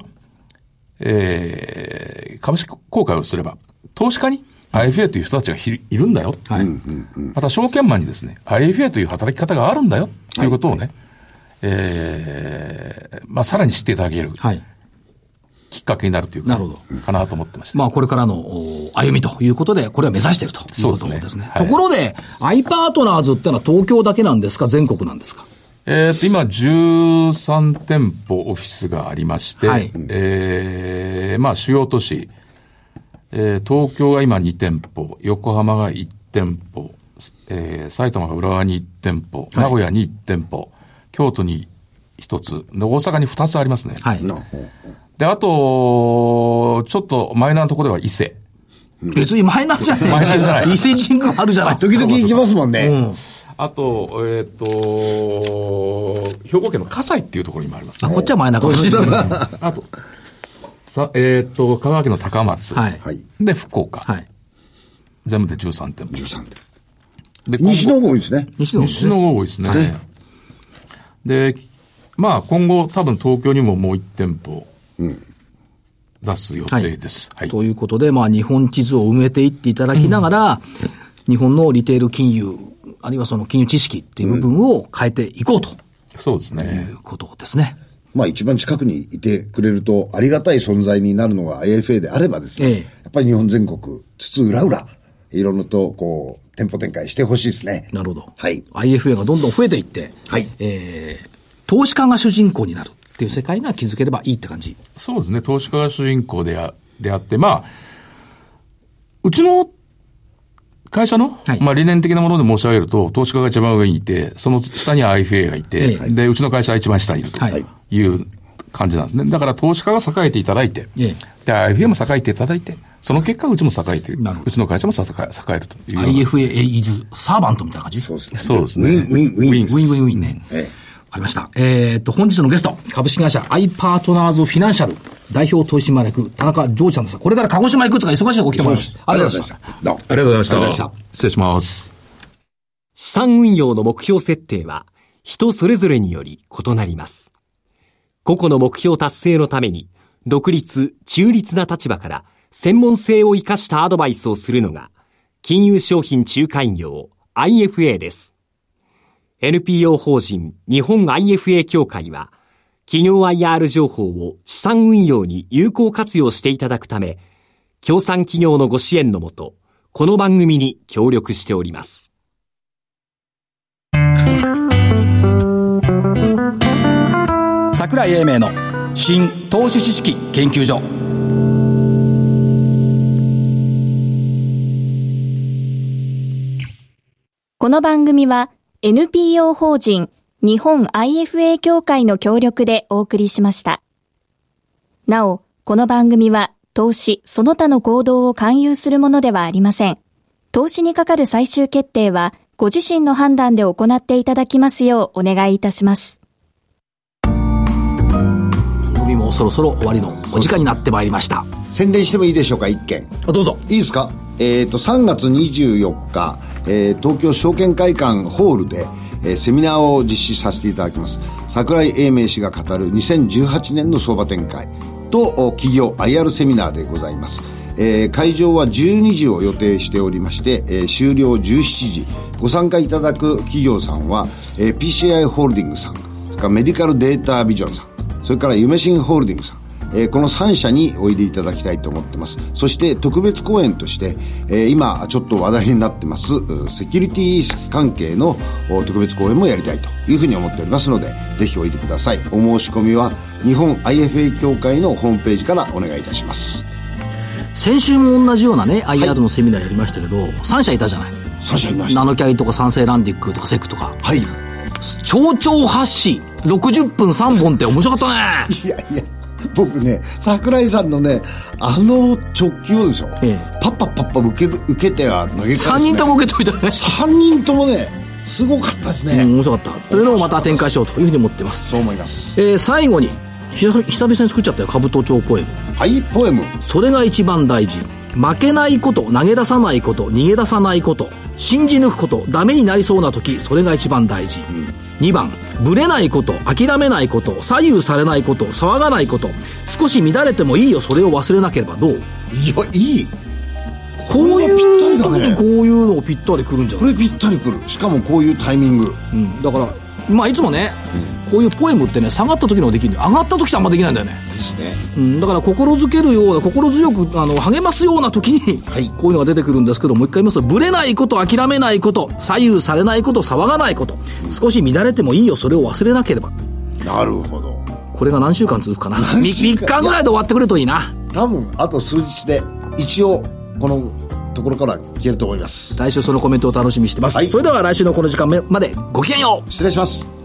[SPEAKER 4] えー株式公開をすれば、投資家に IFA という人たちがひいるんだよ。
[SPEAKER 1] はい。
[SPEAKER 4] また証券マンにですね、IFA という働き方があるんだよ、ということをね、えーまあ、さらに知っていただける
[SPEAKER 1] はい。
[SPEAKER 4] きっかけになるというか、
[SPEAKER 1] なるほ
[SPEAKER 4] かなと思ってました。
[SPEAKER 1] まあ、これからのお歩みということで、これは目指しているということ
[SPEAKER 4] そうですね
[SPEAKER 1] ですね。
[SPEAKER 4] はい
[SPEAKER 1] ところで、i パートナーズってのは東京だけなんですか全国なんですか
[SPEAKER 4] えーと、今、13店舗オフィスがありまして、
[SPEAKER 1] はい
[SPEAKER 4] えーまあ、主要都市、えー東京が今2店舗、横浜が1店舗、えー埼玉が浦和に1店舗、名古屋に1店舗、京都に1つ、で大阪に2つありますね。
[SPEAKER 1] はい。
[SPEAKER 3] なうん
[SPEAKER 4] で、あと、ちょっとマイナーなところでは伊勢。
[SPEAKER 1] 別にマイナーじゃない。
[SPEAKER 4] マイナーじゃない
[SPEAKER 1] 伊勢神宮あるじゃないです
[SPEAKER 3] 時
[SPEAKER 1] か。
[SPEAKER 3] 々行きますもんね。
[SPEAKER 4] あと、えっ、と、兵庫県の葛西っていうところにもあります、
[SPEAKER 1] あ、
[SPEAKER 4] ね。
[SPEAKER 1] こっちはマイナーかもしれない。
[SPEAKER 4] あと、さえっ、と、香川県の高松。
[SPEAKER 1] はい。
[SPEAKER 3] はい。
[SPEAKER 4] で、福岡。
[SPEAKER 1] はい。
[SPEAKER 4] 全部で13店舗。
[SPEAKER 3] 13点。
[SPEAKER 4] で、今後
[SPEAKER 3] 西の方多いですね。
[SPEAKER 1] 西野
[SPEAKER 4] 西の方多いですね。で、まあ、今後、多分東京にももう1店舗、出す予定です。はい。
[SPEAKER 1] ということで、まあ、日本地図を埋めていっていただきながら、日本のリテール金融あるいはその金融知識っていう部分を変えていこうと
[SPEAKER 4] そうですね
[SPEAKER 1] い。うことですね。
[SPEAKER 3] まあ一番近くにいてくれるとありがたい存在になるのが AFA であればですね、
[SPEAKER 1] ええ
[SPEAKER 3] やっぱり日本全国、津々浦々、いろいろとこう、店舗展開してほしいですね。
[SPEAKER 1] なるほど。
[SPEAKER 3] はい。
[SPEAKER 1] IFA がどんどん増えていって、
[SPEAKER 3] はい
[SPEAKER 1] えー、投資家が主人公になるっていう世界が築ければいいって感じ。
[SPEAKER 4] そうですね。投資家が主人公であであって、まあ、うちの会社の、
[SPEAKER 1] はい
[SPEAKER 4] まあ理念的なもので申し上げると、投資家が一番上にいて、その下に IFA がいて、
[SPEAKER 1] ええ
[SPEAKER 4] で、うちの会社は一番下にいると
[SPEAKER 1] はい
[SPEAKER 4] いう感じなんですね。だから投資家が栄えていただいて、
[SPEAKER 1] え
[SPEAKER 4] で、IFA も栄えていただいて、その結果、うちも栄えている
[SPEAKER 1] なるほど
[SPEAKER 4] うちの会社も栄え栄えるというような
[SPEAKER 1] IFA is サーバントみたいな感じ
[SPEAKER 3] そうですね。
[SPEAKER 4] そうですね
[SPEAKER 3] ウィン、ウィン、ウィンです。
[SPEAKER 1] ウィンウィンウィンね。わ、
[SPEAKER 3] え
[SPEAKER 1] かりました。えーっと、本日のゲスト、株式会社 i パートナーズフィナンシャル代表取締役、田中ジョージさんです。これから鹿児島行くとか忙しいとこ来てもらいます。あ
[SPEAKER 3] あ
[SPEAKER 1] り
[SPEAKER 3] り
[SPEAKER 1] が
[SPEAKER 3] が
[SPEAKER 1] と
[SPEAKER 3] と
[SPEAKER 1] う
[SPEAKER 3] う
[SPEAKER 1] ご
[SPEAKER 3] ご
[SPEAKER 1] ざい
[SPEAKER 3] ざい
[SPEAKER 1] まし
[SPEAKER 3] ました。どうも
[SPEAKER 4] ありがとうございまし
[SPEAKER 1] あり
[SPEAKER 4] た。
[SPEAKER 1] がとうございま
[SPEAKER 4] 失礼します。
[SPEAKER 5] 資産運用の目標設定は人それぞれにより異なります。個々の目標達成のために独立、中立な立場から専門性を生かしたアドバイスをするのが金融商品仲介業 IFA です。NPO 法人日本 IFA 協会は企業 IR 情報を資産運用に有効活用していただくため、協賛企業のご支援のもと、この番組に協力しております。
[SPEAKER 1] た。桜井英明の新投資知識研究所。
[SPEAKER 2] この番組は NPO 法人日本 IFA 協会の協力でお送りしました。なお、この番組は投資その他の行動を勧誘するものではありません。投資にかかる最終決定はご自身の判断で行っていただきますようお願いいたします。
[SPEAKER 1] 番組もそろそろ終わりのお時間になってまいりました。
[SPEAKER 3] 宣伝してもいいでしょうか、一件。
[SPEAKER 1] あどうぞ。
[SPEAKER 3] いいですかえっ、と、3月24日、えー東京証券会館ホールで、えーセミナーを実施させていただきます。桜井英明氏が語る2018年の相場展開とお企業 IR セミナーでございます。えー会場は12時を予定しておりまして、えー終了17時。ご参加いただく企業さんは、えー PCI ホールディングさん、それからメディカルデータビジョンさん、それから夢新ホールディングさん、えーこの3社においでいただきたいと思ってます。そして特別講演として、えー今ちょっと話題になってます、うセキュリティ関係のお特別講演もやりたいというふうに思っておりますので、ぜひおいでください。お申し込みは日本 IFA 協会のホームページからお願いいたします。
[SPEAKER 1] 先週も同じようなね、IR のセミナーやりましたけど、3社いたじゃない。
[SPEAKER 3] 3社いまし
[SPEAKER 1] ナ
[SPEAKER 3] た。
[SPEAKER 1] ノキャリとか三成ランディックとかセクとか。
[SPEAKER 3] はい。い
[SPEAKER 1] 超超発誌60分3本って面白かったね
[SPEAKER 3] やいや、僕ね、桜井さんのね、あの直球をですよ、
[SPEAKER 1] え
[SPEAKER 3] パッパッパッパ受け受けては投げ返す、ね。
[SPEAKER 1] 3人とも受けといたね
[SPEAKER 3] 3人ともねすごかったですね、
[SPEAKER 1] うん面白かったというのをまた展開しようというふうに思ってます、
[SPEAKER 3] そう思います
[SPEAKER 1] えー、最後にひさ久々に作っちゃったよ兜町ポエム
[SPEAKER 3] はいポエム
[SPEAKER 1] それが一番大事負けないこと投げ出さないこと逃げ出さないこと信じ抜くことダメになりそうな時それが一番大事、2番ブレないこと諦めないこと左右されないこと騒がないこと少し乱れてもいいよそれを忘れなければどう
[SPEAKER 3] いやいい
[SPEAKER 1] こういう時
[SPEAKER 3] これはぴったりだ
[SPEAKER 1] に
[SPEAKER 3] ね
[SPEAKER 1] こういうのをぴったりくるんじゃ
[SPEAKER 3] こ
[SPEAKER 1] ない、
[SPEAKER 3] れぴったりくるしかもこういうタイミング
[SPEAKER 1] うん、だからまあいつもね、こういうポエムってね下がった時のできるんだよ上がった時ってあんまできないんだよね、
[SPEAKER 3] ですね
[SPEAKER 1] うん、だから心づけるような心強くあの励ますような時に、
[SPEAKER 3] はい
[SPEAKER 1] こういうのが出てくるんですけどもう一回言いますとブレないこと諦めないこと左右されないこと騒がないこと少し乱れてもいいよそれを忘れなければ
[SPEAKER 3] なるほど
[SPEAKER 1] これが何週間続くかな3
[SPEAKER 3] 週間
[SPEAKER 1] 日ぐらいで終わってくれるといいな
[SPEAKER 3] 多分あと数日で一応このところから消えると思います
[SPEAKER 1] 来週そのコメントを楽しみにしてます、
[SPEAKER 3] はい
[SPEAKER 1] それでは来週のこの時間までごきげんよう
[SPEAKER 3] 失礼します